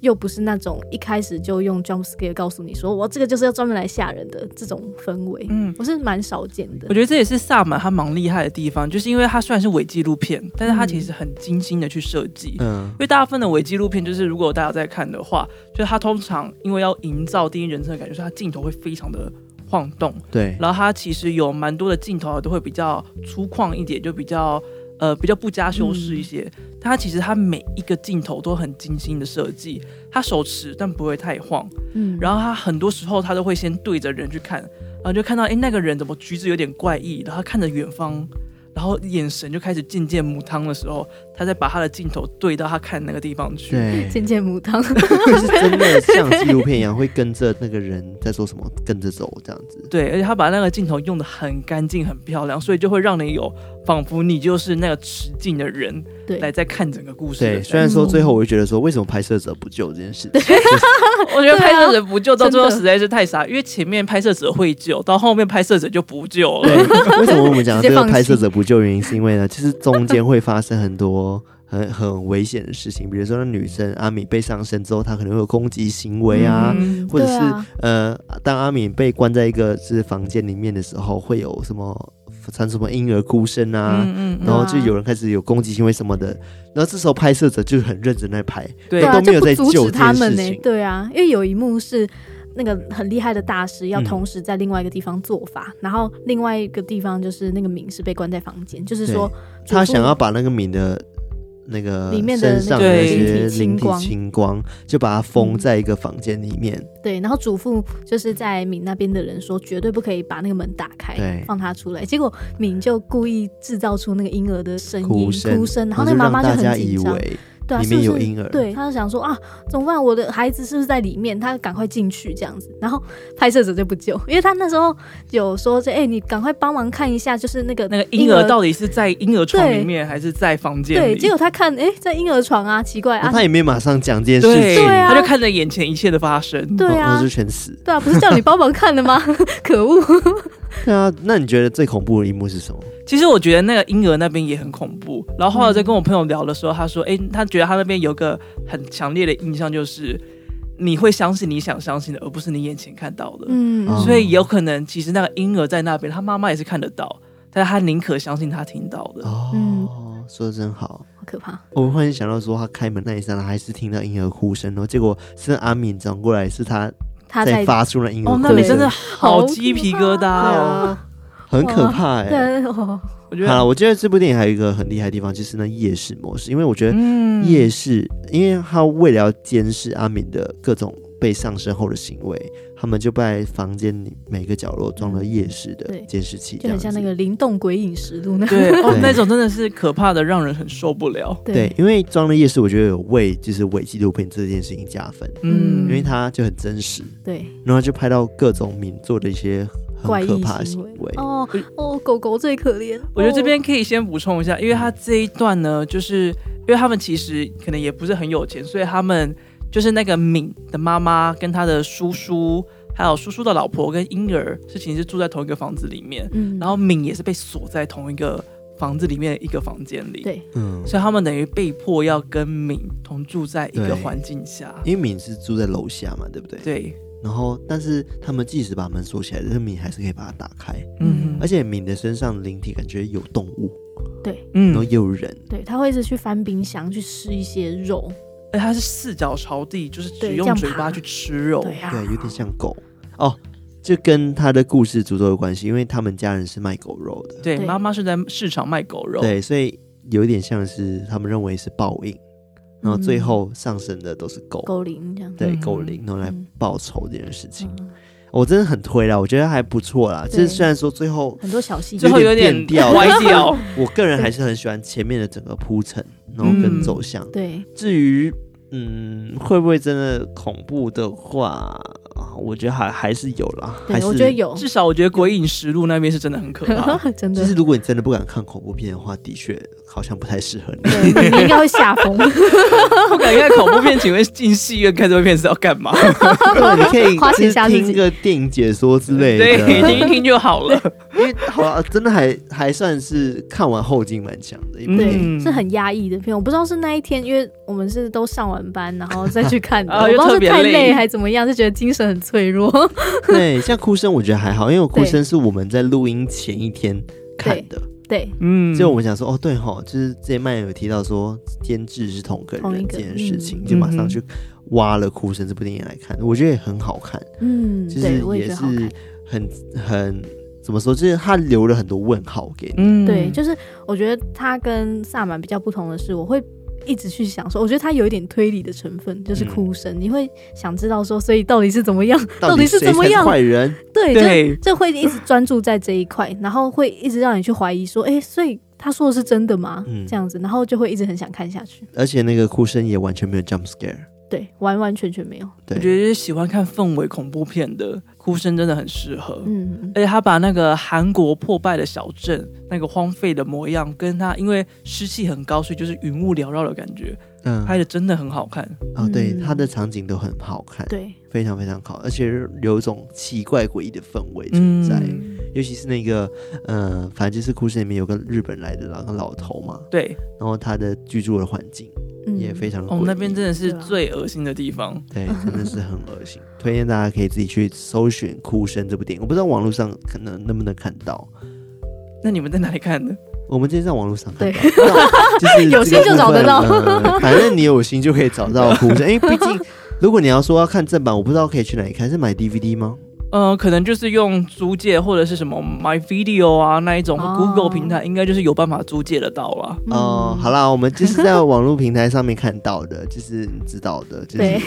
Speaker 2: 又不是那种一开始就用 jump scare 告诉你说我这个就是要专门来吓人的这种氛围，
Speaker 3: 嗯
Speaker 2: 我是蛮少见的
Speaker 3: 我。觉得这也是萨满他蛮厉害的地方，就是因为他虽然是伪纪录片，但是他其实很精心的去设计。
Speaker 1: 嗯
Speaker 3: 因，为大部分的伪纪录片，就是如果大家在看的话，就是它通常因为要营造第一人称的感觉，所以它镜头会非常的晃动，
Speaker 1: 对，
Speaker 3: 然后它其实有蛮多的镜头都会比较粗犷一点，就比较呃比较不加修饰一些。
Speaker 1: 嗯
Speaker 3: 它其实它每一个镜头都很精心的设计，它手持但不会太晃，
Speaker 2: 嗯，
Speaker 3: 然后他很多时候他都会先对着人去看，然后就看到哎诶那个人怎么举止有点怪异，然后他看着远方，然后眼神就开始渐渐母汤的时候，他再把他的镜头对到他看那个地方去。
Speaker 1: 对，
Speaker 2: 渐渐母汤，
Speaker 1: 就是真的像纪录片一样，会跟着那个人在做什么，跟着走这样子。
Speaker 3: 对，而且他把那个镜头用的很干净、很漂亮，所以就会让你有仿佛你就是那个持镜的人
Speaker 2: 对，
Speaker 3: 来在看整个故事的
Speaker 1: 对，
Speaker 3: 感觉。
Speaker 1: 虽然说最后我会觉得说，为什么拍摄者不 救这件事情，
Speaker 3: 我觉得拍摄者不救到最后
Speaker 2: 真的
Speaker 3: 实在是太傻，因为前面拍摄者会救，到后面拍摄者就不救了。
Speaker 1: 对，为什么我们讲
Speaker 2: 直接
Speaker 1: 这个
Speaker 2: 放弃
Speaker 1: 拍摄者不救原因，是因为 呢，其实中间会发生很多很很危险的事情，比如说那女生阿米被上身之后，她可能会有攻击行为啊。
Speaker 2: 嗯
Speaker 1: 或者
Speaker 2: 对
Speaker 1: 是、
Speaker 2: 啊
Speaker 1: 呃，当阿敏被关在一个是房间里面的时候，会有什么传什么婴儿哭声啊，
Speaker 3: 嗯
Speaker 1: 然后就有人开始有攻击行为什么的，然后这时候拍摄者就很认真在拍，
Speaker 3: 对
Speaker 2: 对
Speaker 1: 都
Speaker 2: 啊，
Speaker 1: 没有
Speaker 2: 就
Speaker 1: 在
Speaker 2: 不阻
Speaker 1: 救
Speaker 2: 止
Speaker 1: 这
Speaker 2: 他
Speaker 1: 件
Speaker 2: 们
Speaker 1: 事
Speaker 2: 呢、
Speaker 1: 情，
Speaker 2: 对啊，因为有一幕是那个很厉害的大师要
Speaker 1: 嗯
Speaker 2: 同时在另外一个地方做法，然后另外一个地方就是那个敏是被关在房间，就是
Speaker 1: 对
Speaker 2: 说
Speaker 1: 他
Speaker 2: 主妇
Speaker 1: 想要把那个敏的那个
Speaker 2: 里面
Speaker 1: 身
Speaker 2: 的
Speaker 1: 上
Speaker 3: 那个
Speaker 1: 那
Speaker 3: 灵
Speaker 1: 些灵
Speaker 2: 体清
Speaker 1: 体
Speaker 2: 光
Speaker 1: 清光，就把它封
Speaker 2: 嗯
Speaker 1: 在一个房间里面。
Speaker 2: 对，然后嘱咐就是在敏那边的人说，绝对不可以把那个门打开
Speaker 1: 对，
Speaker 2: 放他出来。结果敏就故意制造出那个婴儿的声音、
Speaker 1: 哭声，
Speaker 2: 嗯哭声，然后那个妈
Speaker 1: 让
Speaker 2: 妈就
Speaker 1: 大
Speaker 2: 很
Speaker 1: 家
Speaker 2: 紧
Speaker 1: 以
Speaker 2: 张，
Speaker 1: 为
Speaker 2: 对啊，
Speaker 1: 里
Speaker 2: 是不
Speaker 1: 面有
Speaker 2: 是？
Speaker 1: 婴儿，
Speaker 2: 对，他就想说啊，怎么办？我的孩子是不是在里面？他赶快进去这样子。然后拍摄者就不救， 因为他那时候有说这，哎、你赶快帮忙看一下，就是那个
Speaker 3: 那个婴儿
Speaker 2: 到
Speaker 3: 到底是在婴儿床里面还是在房间
Speaker 2: 对，
Speaker 3: 里？
Speaker 2: 结果他看，哎、在婴儿床啊，奇怪
Speaker 1: 然后
Speaker 2: 啊，
Speaker 1: 他也没有马上讲这件事
Speaker 3: 对
Speaker 1: 情，
Speaker 2: 对啊
Speaker 3: 他就看着眼前一切的发生。
Speaker 2: 对
Speaker 1: 然
Speaker 2: 啊
Speaker 1: 后就，全死。
Speaker 2: 对啊，不是叫你帮忙看的吗？ 可恶，
Speaker 1: 对啊，那你觉得最恐怖的一幕是什么？
Speaker 3: 其实我觉得那个婴儿那边也很恐怖。然后后来我在跟我朋友聊的时候，他说：“哎、他觉得他那边有个很强烈的印象，就是你会相信你想相信的，而不是你眼前看到的。
Speaker 2: 嗯，
Speaker 1: 哦
Speaker 3: 所以有可能，其实那个婴儿在那边，他妈妈也是看得到，但是他宁可相信他听到的。
Speaker 1: 哦，
Speaker 2: 嗯
Speaker 1: 说的真好。
Speaker 2: 好可怕。
Speaker 1: 我忽然想到说，他开门那一刹那还是听到婴儿哭声，然后结果是阿敏转过来，是他
Speaker 2: 他
Speaker 1: 在
Speaker 2: 在
Speaker 1: 发出那婴儿
Speaker 3: 哦，
Speaker 1: 哭
Speaker 3: 那
Speaker 1: 声，
Speaker 3: 里真的
Speaker 2: 好
Speaker 3: 好鸡皮疙瘩
Speaker 1: 对
Speaker 3: 哦！
Speaker 1: 啊，很可怕哎、
Speaker 2: 对哦，
Speaker 3: 我觉
Speaker 1: 好了，
Speaker 3: 得，
Speaker 1: 我觉得这部电影还有一个很厉害的地方，就是那夜视模式，因为我觉得
Speaker 3: 嗯
Speaker 1: 夜视，因为他为了要监视阿敏的各种被上身后的行为，他们就在房间里每个角落装了夜视的
Speaker 2: 对
Speaker 1: 监视器，
Speaker 2: 就很像
Speaker 1: 这
Speaker 2: 那
Speaker 1: 样子
Speaker 2: 个灵动鬼影实录那
Speaker 3: 对 哦
Speaker 1: 对，
Speaker 3: 那种真的是可怕的，让人很受不了。
Speaker 1: 对，，因为装了夜视，我觉得有为就是伪纪录片这件事情加分，
Speaker 3: 嗯，
Speaker 1: 因为它就很真实，
Speaker 2: 对，
Speaker 1: 然后就拍到各种敏做的一些
Speaker 2: 怪
Speaker 1: 很可
Speaker 2: 异
Speaker 1: 怕的
Speaker 2: 行
Speaker 1: 行
Speaker 2: 为
Speaker 1: 为。
Speaker 2: 哦哦，狗狗最可怜。
Speaker 3: 我觉得这
Speaker 2: 哦
Speaker 3: 边可以先补充一下，因为他这一段呢，就是因为他们其实可能也不是很有钱，所以他们就是那个敏的妈妈跟他的叔叔，还有叔叔的老婆跟婴儿，是其实是住在同一个房子里面，
Speaker 2: 嗯，
Speaker 3: 然后敏也是被锁在同一个房子里面的一个房间里，
Speaker 2: 对
Speaker 1: 嗯，
Speaker 3: 所以他们等于被迫要跟敏同住在一个
Speaker 1: 对
Speaker 3: 环境下，
Speaker 1: 因为敏是住在楼下嘛，对不对？。
Speaker 3: 对，
Speaker 1: 然后，但是他们即使把门锁起来，这个敏还是可以把它打开。
Speaker 3: 嗯，
Speaker 1: 而且敏的身上灵体感觉有动物，
Speaker 2: 对
Speaker 1: 然后
Speaker 3: 嗯
Speaker 1: 也，有人，
Speaker 2: 对，它会一直去翻冰箱去吃一些肉。
Speaker 3: 而且他是四脚朝地，就是只
Speaker 2: 对这
Speaker 3: 用
Speaker 2: 样
Speaker 3: 嘴
Speaker 2: 爬
Speaker 3: 巴去吃肉，
Speaker 2: 对啊，
Speaker 1: 对，有点像狗哦。这跟他的故事主轴有关系，因为他们家人是卖狗肉的，
Speaker 3: 对，
Speaker 2: 对
Speaker 3: 妈妈是在市场卖狗肉，
Speaker 1: 对，所以有点像是他们认为是报应，
Speaker 3: 嗯
Speaker 1: 然后最后上升的都是狗，
Speaker 2: 狗灵嗯这样子。
Speaker 1: 对，
Speaker 3: 嗯
Speaker 1: 狗灵，然后来
Speaker 2: 嗯
Speaker 1: 报仇这件事情。哦
Speaker 2: 嗯
Speaker 1: 我真的很推啦，我觉得还不错啦。就
Speaker 2: 对
Speaker 1: 是虽然说最后，
Speaker 2: 很多小细节
Speaker 3: 最后有点
Speaker 1: 有点变调
Speaker 3: 歪掉，
Speaker 1: 我个人还是很喜欢前面的整个铺陈，然后跟
Speaker 3: 嗯
Speaker 1: 走向。
Speaker 2: 对，
Speaker 1: 至于嗯，会不会真的恐怖的话，我觉得还还是有啦，还
Speaker 2: 对
Speaker 1: 是
Speaker 2: 我觉得。有，
Speaker 3: 至少我觉得《鬼影实录》那边是真的很可 怕。
Speaker 2: 真的
Speaker 1: 就。是如果你真的不敢看恐怖片的话，的确好像不太适合你。
Speaker 2: 对，你应该会吓 疯。
Speaker 3: 不敢看恐怖片，请问进戏院看这部片是要干 嘛？
Speaker 1: 对， 你可以
Speaker 2: 花钱
Speaker 1: 就是
Speaker 2: 吓自己
Speaker 1: 听个电影解说之类的。
Speaker 3: 对，听一听就好了。
Speaker 1: 因为好了，真的还还算是看完后劲蛮强的一部
Speaker 3: 嗯
Speaker 1: 电影。
Speaker 2: 对，是很压抑的片。我不知道是那一天，因为我们是都上完班，然 后再去看的。
Speaker 1: 哦
Speaker 3: 啊
Speaker 2: 我不知道
Speaker 3: 又特
Speaker 2: 是
Speaker 3: 别
Speaker 2: 太
Speaker 3: 累
Speaker 2: 累还怎么样，就觉得精神很脆弱。
Speaker 1: 对，像哭声我觉得还好，因为我哭
Speaker 2: 对
Speaker 1: 声是我们在录音前一天看的，
Speaker 2: 对，
Speaker 3: 嗯，
Speaker 1: 所以我们想说，哦，对吼，就是之前曼有提到说监制是同个
Speaker 2: 同一
Speaker 1: 人
Speaker 2: 个
Speaker 1: 这件事情，
Speaker 2: 嗯
Speaker 1: 就马上
Speaker 3: 嗯
Speaker 1: 去挖了哭声这部电影来看，我觉得也很好看，
Speaker 2: 嗯，
Speaker 1: 其实
Speaker 2: 对，我也觉
Speaker 1: 是
Speaker 2: 得好看。
Speaker 1: 很很怎么说，就是他留了很多问号给你，
Speaker 3: 嗯
Speaker 2: 对，就是我觉得它跟萨满比较不同的是，我会一直去想说，我觉得它有一点推理的成分，就是哭声，你会想知道说，所以到底是怎么样， 到底
Speaker 1: 底
Speaker 2: 是
Speaker 1: 谁
Speaker 2: 怎么
Speaker 1: 才是
Speaker 2: 样？
Speaker 1: 坏人？
Speaker 2: 对，就
Speaker 3: 对，
Speaker 2: 这会一直专注在这一块，然后会一直让你去怀疑说，哎、所以他说的是真的吗？
Speaker 1: 嗯
Speaker 2: 这样子，然后就会一直很想看下去。
Speaker 1: 而且那个哭声也完全没有 jump scare，
Speaker 2: 对，完完全全没有。
Speaker 3: 我
Speaker 1: 对，
Speaker 3: 觉得就是喜欢看氛围恐怖片的，哭声真的很适合。
Speaker 2: 嗯，嗯
Speaker 3: 而且他把那个韩国破败的小镇那个荒废的模样，跟他因为湿气很高，所以就是云雾缭绕的感觉，
Speaker 1: 嗯，
Speaker 3: 拍的真的很好看。
Speaker 1: 哦，对，
Speaker 2: 嗯
Speaker 1: 他的场景都很好看，
Speaker 2: 对，
Speaker 1: 非常非常好，而且有一种奇怪诡异的氛围存
Speaker 3: 嗯
Speaker 1: 在。
Speaker 3: 对
Speaker 1: 尤其是那个，呃，反正就是故事里面有个日本来的老老头嘛，
Speaker 3: 对，
Speaker 1: 然后他的居住的环境
Speaker 2: 嗯
Speaker 1: 也非常诡异、
Speaker 3: 哦，那边真的是
Speaker 2: 对啊
Speaker 3: 最恶心的地方。
Speaker 1: 对，真的是很恶心。 推荐大家可以自己去搜寻《哭声》这部电影，我不知道网络上可能能不能看到，
Speaker 3: 那你们在哪里看的？我
Speaker 1: 我们今天在网络上看
Speaker 2: 对
Speaker 1: 到，那就是
Speaker 2: 有心
Speaker 1: 这个
Speaker 2: 就找
Speaker 1: 部分
Speaker 2: 得到
Speaker 1: 呃反正你有心就可以找到《哭声》，因为毕竟如果你要说要看正版，我不知道可以去哪里看，是买 DVD 吗？
Speaker 3: 呃，可能就是用租借或者是什么 My Video 啊那一种
Speaker 2: 哦
Speaker 3: Google 平台，应该就是有办法租借得到啦。
Speaker 2: 嗯
Speaker 1: 哦、好
Speaker 2: 了，
Speaker 1: 啦，我们就是在网络平台上面看到的， 就是你知道的，就是
Speaker 2: 对，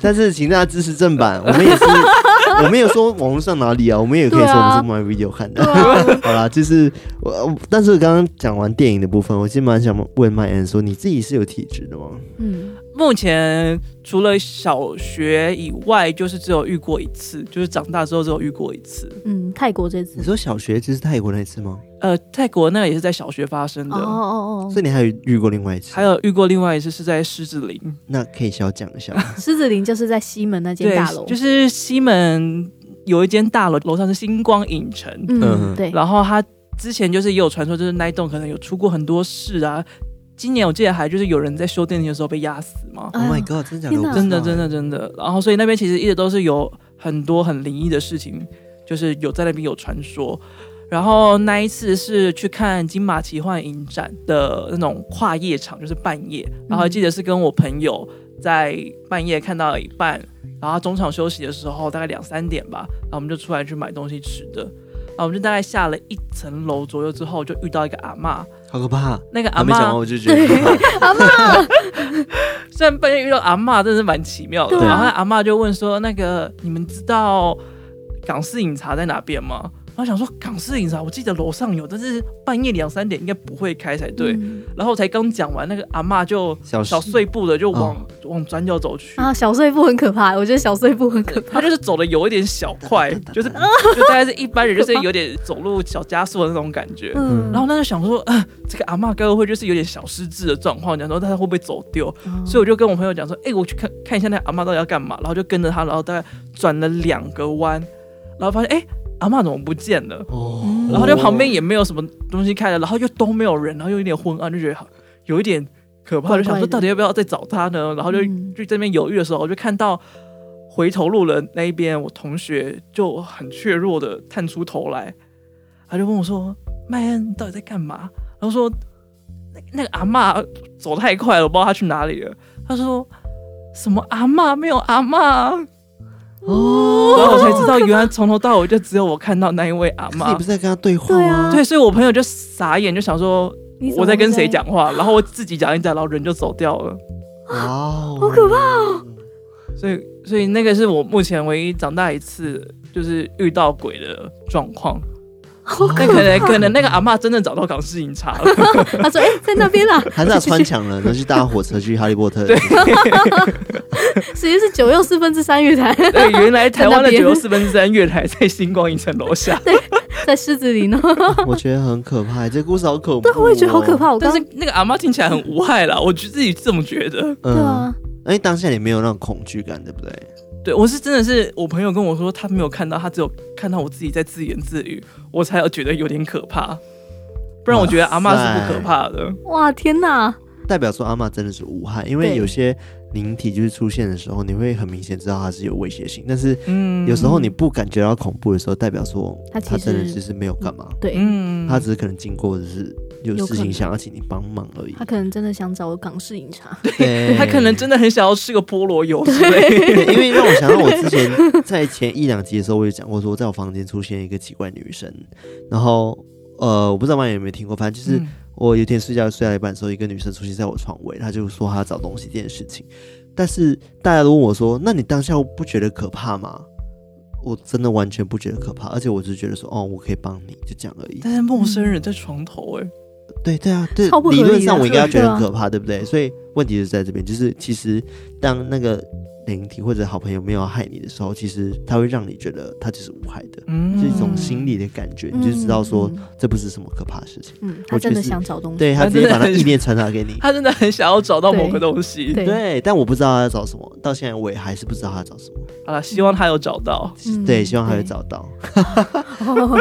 Speaker 1: 但是请大家支持正版，我们也是， 我们有说网络上哪里啊，我们也可以
Speaker 2: 对
Speaker 1: 说我们
Speaker 2: 啊
Speaker 1: 是 My Video 看的。
Speaker 2: 对啊，
Speaker 1: 好啦，就是我，我但是我刚刚讲完电影的部分，我其实蛮想问麦恩说，你自己是有体质的吗？
Speaker 2: 嗯，
Speaker 3: 目前除了小学以外，就是只有遇过一次，就是长大之后只有遇过一次。
Speaker 2: 嗯，泰国这次
Speaker 1: 你，说小学就是泰国那一次吗？
Speaker 3: 呃，泰国那个也是在小学发生的，
Speaker 2: 哦哦
Speaker 1: 所
Speaker 2: 哦，
Speaker 1: 以你还有遇过另外一次
Speaker 3: 还？有遇过另外一次是在狮子林，
Speaker 1: 那可以小讲一下吗。
Speaker 2: 狮子林就是在西门那间
Speaker 3: 对
Speaker 2: 大楼，
Speaker 3: 就是是西门有一间大楼，楼上是星光影城，
Speaker 1: 嗯
Speaker 2: 嗯，对，
Speaker 3: 然后他之前就是也有传说，就是那一栋可能有出过很多事啊。今年我记得还就是有人在修电梯的时候被压死嘛，
Speaker 1: Oh
Speaker 2: 哎呦
Speaker 1: my god，真的假的？
Speaker 2: 天哪
Speaker 1: 我不知
Speaker 3: 真的
Speaker 1: 道
Speaker 3: 真。的真的。然后所以那边其实一直都是有很多很灵异的事情，就是有在那边有传说。然后那一次是去看金马奇幻影展的那种跨夜场，就是半夜。然后记得是跟我朋友在半夜看到了一半，然后中场休息的时候大概两三点吧，然后我们就出来去买东西吃的。然后我们就大概下了一层楼左右之后，就遇到一个阿嬷。
Speaker 1: 好可怕！
Speaker 3: 那个
Speaker 1: 还
Speaker 3: 阿
Speaker 1: 没讲完
Speaker 3: 嬷
Speaker 1: 我就觉得很可怕，
Speaker 3: 虽然半夜遇到阿嬷，真的是蛮奇妙的。
Speaker 2: 对啊
Speaker 3: 然后阿嬷就问说：“那个你们知道港式饮茶在哪边吗？”然后想说港式饮茶，我记得楼上有，但是半夜两三点应该不会开才对。
Speaker 2: 嗯
Speaker 3: 然后才刚讲完，那个阿嬷就
Speaker 1: 小
Speaker 3: 小碎步的就往、往转角走去，
Speaker 2: 嗯啊，小碎步很可怕，我觉得小碎步很可怕
Speaker 3: 她。就是走的有一点小 快，就是
Speaker 2: 嗯
Speaker 3: 就大概是一般人就是有点走路小加速的那种感觉。
Speaker 1: 嗯
Speaker 3: 然后那就想说，呃，这个阿嬷该不会就是有点小失智的状况，讲说她会不会走丢？
Speaker 2: 哦
Speaker 3: 所以我就跟我朋友讲说，哎、我去看看一下那个阿嬷到底要干嘛，然后就跟着她，然后大概转了两个弯，然后发现哎、阿嬷怎么不见了？
Speaker 1: 哦，
Speaker 3: 然后就旁边也没有什么东西开了，然后又都没有人，然后又有点昏暗，就觉得好有一点可怕，
Speaker 2: 怪怪
Speaker 3: 就
Speaker 2: 的
Speaker 3: 想说到底要不要再找他呢？然后就、
Speaker 2: 嗯
Speaker 3: 就这边犹豫的时候，我就看到回头路的那一边，我同学就很怯弱的探出头来，他就问我说：“麦恩，你到底在干嘛？”然后说：“那那个阿嬷走太快了，我不知道她去哪里了。”他说：“什么阿嬷？没有阿嬷。”
Speaker 1: 哦，
Speaker 3: 然后我才知道，原来从头到尾就只有我看到那一位阿
Speaker 1: 可 是
Speaker 3: 嬷。
Speaker 1: 你不是在跟他对话
Speaker 2: 对
Speaker 1: 吗？
Speaker 2: 啊
Speaker 3: 对，所以我朋友就傻眼，就想说
Speaker 2: 你怎么
Speaker 3: 我在跟谁讲话，然后我自己讲一讲，然后人就走掉了。
Speaker 1: 哇哦，
Speaker 2: 啊好可怕
Speaker 1: 哦！
Speaker 3: 所以，所以那个是我目前唯一长大一次就是遇到鬼的状况。
Speaker 2: 好
Speaker 3: 那
Speaker 2: 可
Speaker 3: 可能可能那个阿嬷真的找到港式 饮茶了，
Speaker 2: 怕？他说：“哎、在那边啦。
Speaker 1: 还是他穿墙了，然后去搭火车去哈利波特。对，”
Speaker 2: 实际是九又四分之三月台，
Speaker 3: 对，原来台湾
Speaker 2: 在那
Speaker 3: 的
Speaker 2: 边
Speaker 3: 九又四分之三月台在星光影城楼下，
Speaker 2: 在狮子林呢。哦
Speaker 1: 我觉得很可怕，这故事好恐怖。哦
Speaker 2: 对，我也觉得好可。怕。我刚
Speaker 3: 但是那个阿嬷听起来很无害啦，我觉自己这么觉得。
Speaker 2: 对
Speaker 1: 嗯，
Speaker 2: 啊，
Speaker 1: 而且当下你没有那种恐惧感，对不对？
Speaker 3: 对我是真的是我朋友跟我说他没有看到，他只有看到我自己在自言自语，我才觉得有点可怕。不然我觉得阿嬷是不可怕的。
Speaker 2: 哇，天哪！
Speaker 1: 代表说阿嬷真的是无害，因为
Speaker 2: 对
Speaker 1: 有些灵体就是出现的时候，你会很明显知道它是有威胁性，但是
Speaker 3: 嗯
Speaker 1: 有时候你不感觉到恐怖的时候，代表说
Speaker 2: 它其
Speaker 1: 它真的
Speaker 2: 实
Speaker 1: 只是没有干嘛，
Speaker 2: 对，
Speaker 3: 嗯
Speaker 1: 它只是可能经过或者是有
Speaker 2: 有
Speaker 1: 事
Speaker 2: 可
Speaker 1: 情
Speaker 2: 能
Speaker 1: 想要请你帮忙而已
Speaker 2: 他。可能真的想找个港式饮茶。
Speaker 1: 对
Speaker 3: 嗯他可能真的很想要吃个菠萝油之类的。
Speaker 1: 对，因为让我想到我之前在前一两集的时候，我有讲过说，在我房间出现一个奇怪女生，然后呃，我不知道你有没有听过，反正就是
Speaker 3: 嗯
Speaker 1: 我有一天睡觉睡到一半的时候，一个女生出现在我床尾，她就说她要找东西这件事情，但是大家都问我说，那你当下不觉得可怕吗？我真的完全不觉得可怕，而且我只是觉得说，哦，我可以帮你，就这样而已。
Speaker 3: 但是陌生人在床头、哎，
Speaker 1: 对对啊，对
Speaker 2: 超不，合
Speaker 1: 理
Speaker 2: 理
Speaker 1: 论
Speaker 2: 的
Speaker 1: 上我应该要觉得
Speaker 2: 对啊
Speaker 1: 很可怕，对不对？所以问题是在这边，就是其实当那个灵体或者好朋友没有害你的时候，其实他会让你觉得他就是无害的，
Speaker 3: 嗯
Speaker 1: 是一种心理的感觉，你就知道说
Speaker 2: 嗯，
Speaker 1: 这不是什么可怕的事情。
Speaker 2: 嗯，嗯
Speaker 1: 我
Speaker 2: 他
Speaker 1: 觉
Speaker 2: 真
Speaker 1: 得
Speaker 2: 的
Speaker 1: 是
Speaker 2: 想找东西。
Speaker 1: 对他
Speaker 3: 他
Speaker 1: 直接
Speaker 3: 真的
Speaker 1: 把他
Speaker 3: 很
Speaker 1: 意念传达给你，
Speaker 3: 他真的很想要找到某个东西。
Speaker 2: 对
Speaker 1: 对，但我不知道他要找什么，到现在我也还是不知道他要找什么。
Speaker 3: 好了，希望他有找到。
Speaker 2: 嗯
Speaker 1: 对，希望他会
Speaker 2: 对
Speaker 1: 找 到。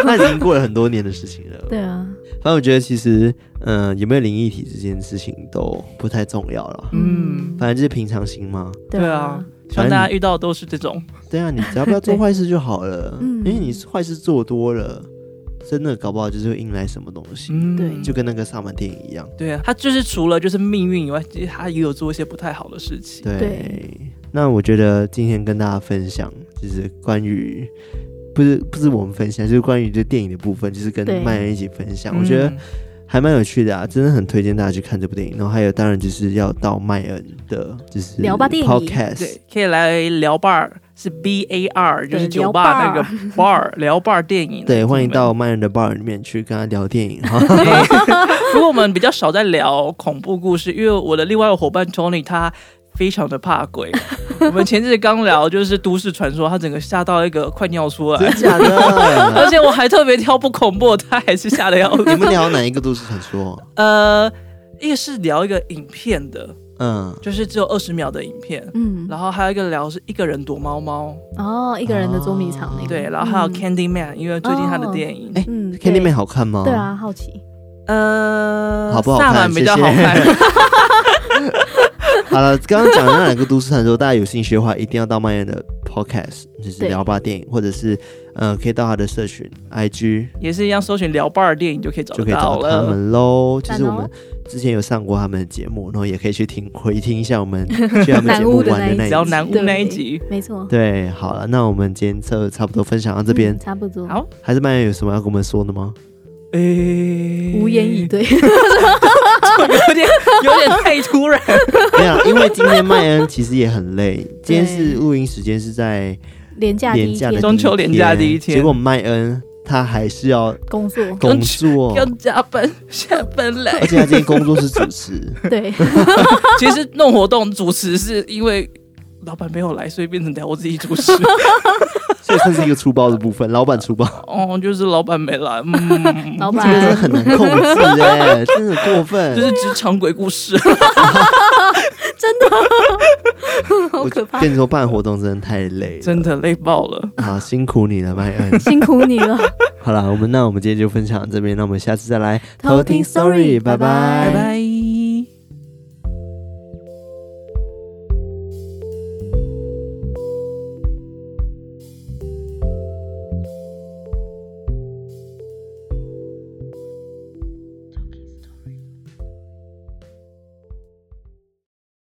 Speaker 1: 那已经过了很多年的事情了。
Speaker 2: 对啊，
Speaker 1: 反正我觉得其实，嗯、有没有灵异体这件事情都不太重要了，
Speaker 3: 嗯，
Speaker 1: 反正就是平常心嘛。
Speaker 3: 对啊，，希望大家遇到的都是这种。
Speaker 1: 对 啊，你只要不要做坏事就好了，
Speaker 2: 嗯
Speaker 1: 因为你坏事做多了，真的搞不好就是会迎来什么东西，
Speaker 3: 嗯，
Speaker 2: 对
Speaker 1: 就跟那个萨满电影一样。
Speaker 3: 对啊，他就是除了就是命运以外，其实他也有做一些不太好的事情。
Speaker 1: 对，
Speaker 2: 对
Speaker 1: 那我觉得今天跟大家分享就是关于。不是不是我们分享，就是关于这电影的部分，就是跟
Speaker 2: 对
Speaker 1: 麦恩一起分享，
Speaker 3: 嗯
Speaker 1: 我觉得还蛮有趣的啊，真的很推荐大家去看这部电影。然后还有，当然就是要到麦恩的，就是
Speaker 2: 聊吧电影
Speaker 1: podcast，
Speaker 3: 对，可以来聊 bar，是 B A R，就是
Speaker 2: 对
Speaker 3: 酒
Speaker 2: 聊
Speaker 3: 吧那
Speaker 2: bar
Speaker 3: 个 bar 聊 bar 电影。
Speaker 1: 对，欢迎到麦恩的 bar 里面去跟他聊电影哈。
Speaker 3: 如果我们比较少在聊恐怖故事，因为我的另外一个伙伴 Tony 他非常的怕 鬼。我们前阵子刚聊就是都市传说，他整个吓到一个快尿出
Speaker 1: 真
Speaker 3: 来，
Speaker 1: 的假的？
Speaker 3: 而且我还特别挑不恐怖的，他还是吓得要 死。
Speaker 1: 你们聊哪一个都市传说？
Speaker 3: 呃，一个是聊一个影片的，
Speaker 1: 嗯，
Speaker 3: 就是只有二十秒的影片。
Speaker 2: 嗯，
Speaker 3: 然后还有一个聊是一个人躲猫猫，
Speaker 2: 哦，一个人的捉迷藏那个，
Speaker 3: 对，然后还有
Speaker 2: 嗯
Speaker 3: Candy Man，因为最近他的
Speaker 2: 哦
Speaker 3: 电影，
Speaker 1: 哎
Speaker 2: 嗯
Speaker 1: Candy
Speaker 2: 对
Speaker 1: Man 好看吗？
Speaker 2: 对，啊，好奇，
Speaker 3: 呃，
Speaker 1: 好不好看
Speaker 3: 萨满比较
Speaker 1: 谢谢
Speaker 3: 好看，
Speaker 1: 好了，刚刚讲的那两个都市传说，大家有兴趣的话，一定要到麦恩的 podcast，就是
Speaker 2: 对
Speaker 1: 聊吧电影，或者是呃，可以到他的社群 IG
Speaker 3: 也是一样，搜寻聊伴儿电影就可以找
Speaker 1: 就可以找
Speaker 3: 到
Speaker 1: 到他
Speaker 3: 了。
Speaker 1: 们喽。就是我
Speaker 2: 赞
Speaker 1: 们
Speaker 2: 哦
Speaker 1: 之前有上过他们的节目，然后也可以去听回听一下我们去他们节
Speaker 2: 南
Speaker 1: 目
Speaker 2: 屋的
Speaker 1: 玩的那
Speaker 2: 那一
Speaker 1: 一
Speaker 3: 聊
Speaker 1: 集
Speaker 3: 南屋
Speaker 2: 对
Speaker 3: 那一集，
Speaker 2: 没错，
Speaker 1: 对，好了，那我们今天就差不多分享到这边
Speaker 2: 嗯，差不多，
Speaker 3: 好
Speaker 1: 还是麦恩有什么要跟我们说的吗？
Speaker 3: 哎诶
Speaker 2: 无言以，
Speaker 1: 嗯
Speaker 2: 对，
Speaker 3: 有点 有点太突然。
Speaker 1: 没有，啊因为今天麦恩其实也很 累，今天是
Speaker 2: 对
Speaker 1: 录音时间是在
Speaker 2: 廉价第
Speaker 1: 廉
Speaker 2: 一
Speaker 1: 价的第
Speaker 2: 天
Speaker 1: 一天
Speaker 3: 中秋连假第一天
Speaker 1: 结果麦恩他还是要
Speaker 2: 工 作，
Speaker 1: 工作，
Speaker 3: 要加班下班来
Speaker 1: 而。且他今天工作是主持，
Speaker 2: 对，
Speaker 3: 其实弄活动主持是因为老板没有来，所以变成得我自己主持。
Speaker 1: 所以算是一个粗暴的部分，老板粗暴，
Speaker 3: 哦，就是老板没来，嗯，
Speaker 2: 老
Speaker 1: 这个 真的
Speaker 2: 板
Speaker 1: 很难控制哎、 真的很过分。
Speaker 3: 就是职场鬼故事。
Speaker 2: 好
Speaker 1: 我
Speaker 2: 可怕
Speaker 1: 跟，你说，办活动真的太累了，
Speaker 3: 真的累爆了。
Speaker 1: 好辛苦你了，麦恩。
Speaker 2: 辛苦你了。
Speaker 1: 好啦，我们那我们今天就分享到这边，那我们下次再来
Speaker 2: 偷听 Story，拜
Speaker 1: 拜
Speaker 2: 拜
Speaker 3: 拜拜。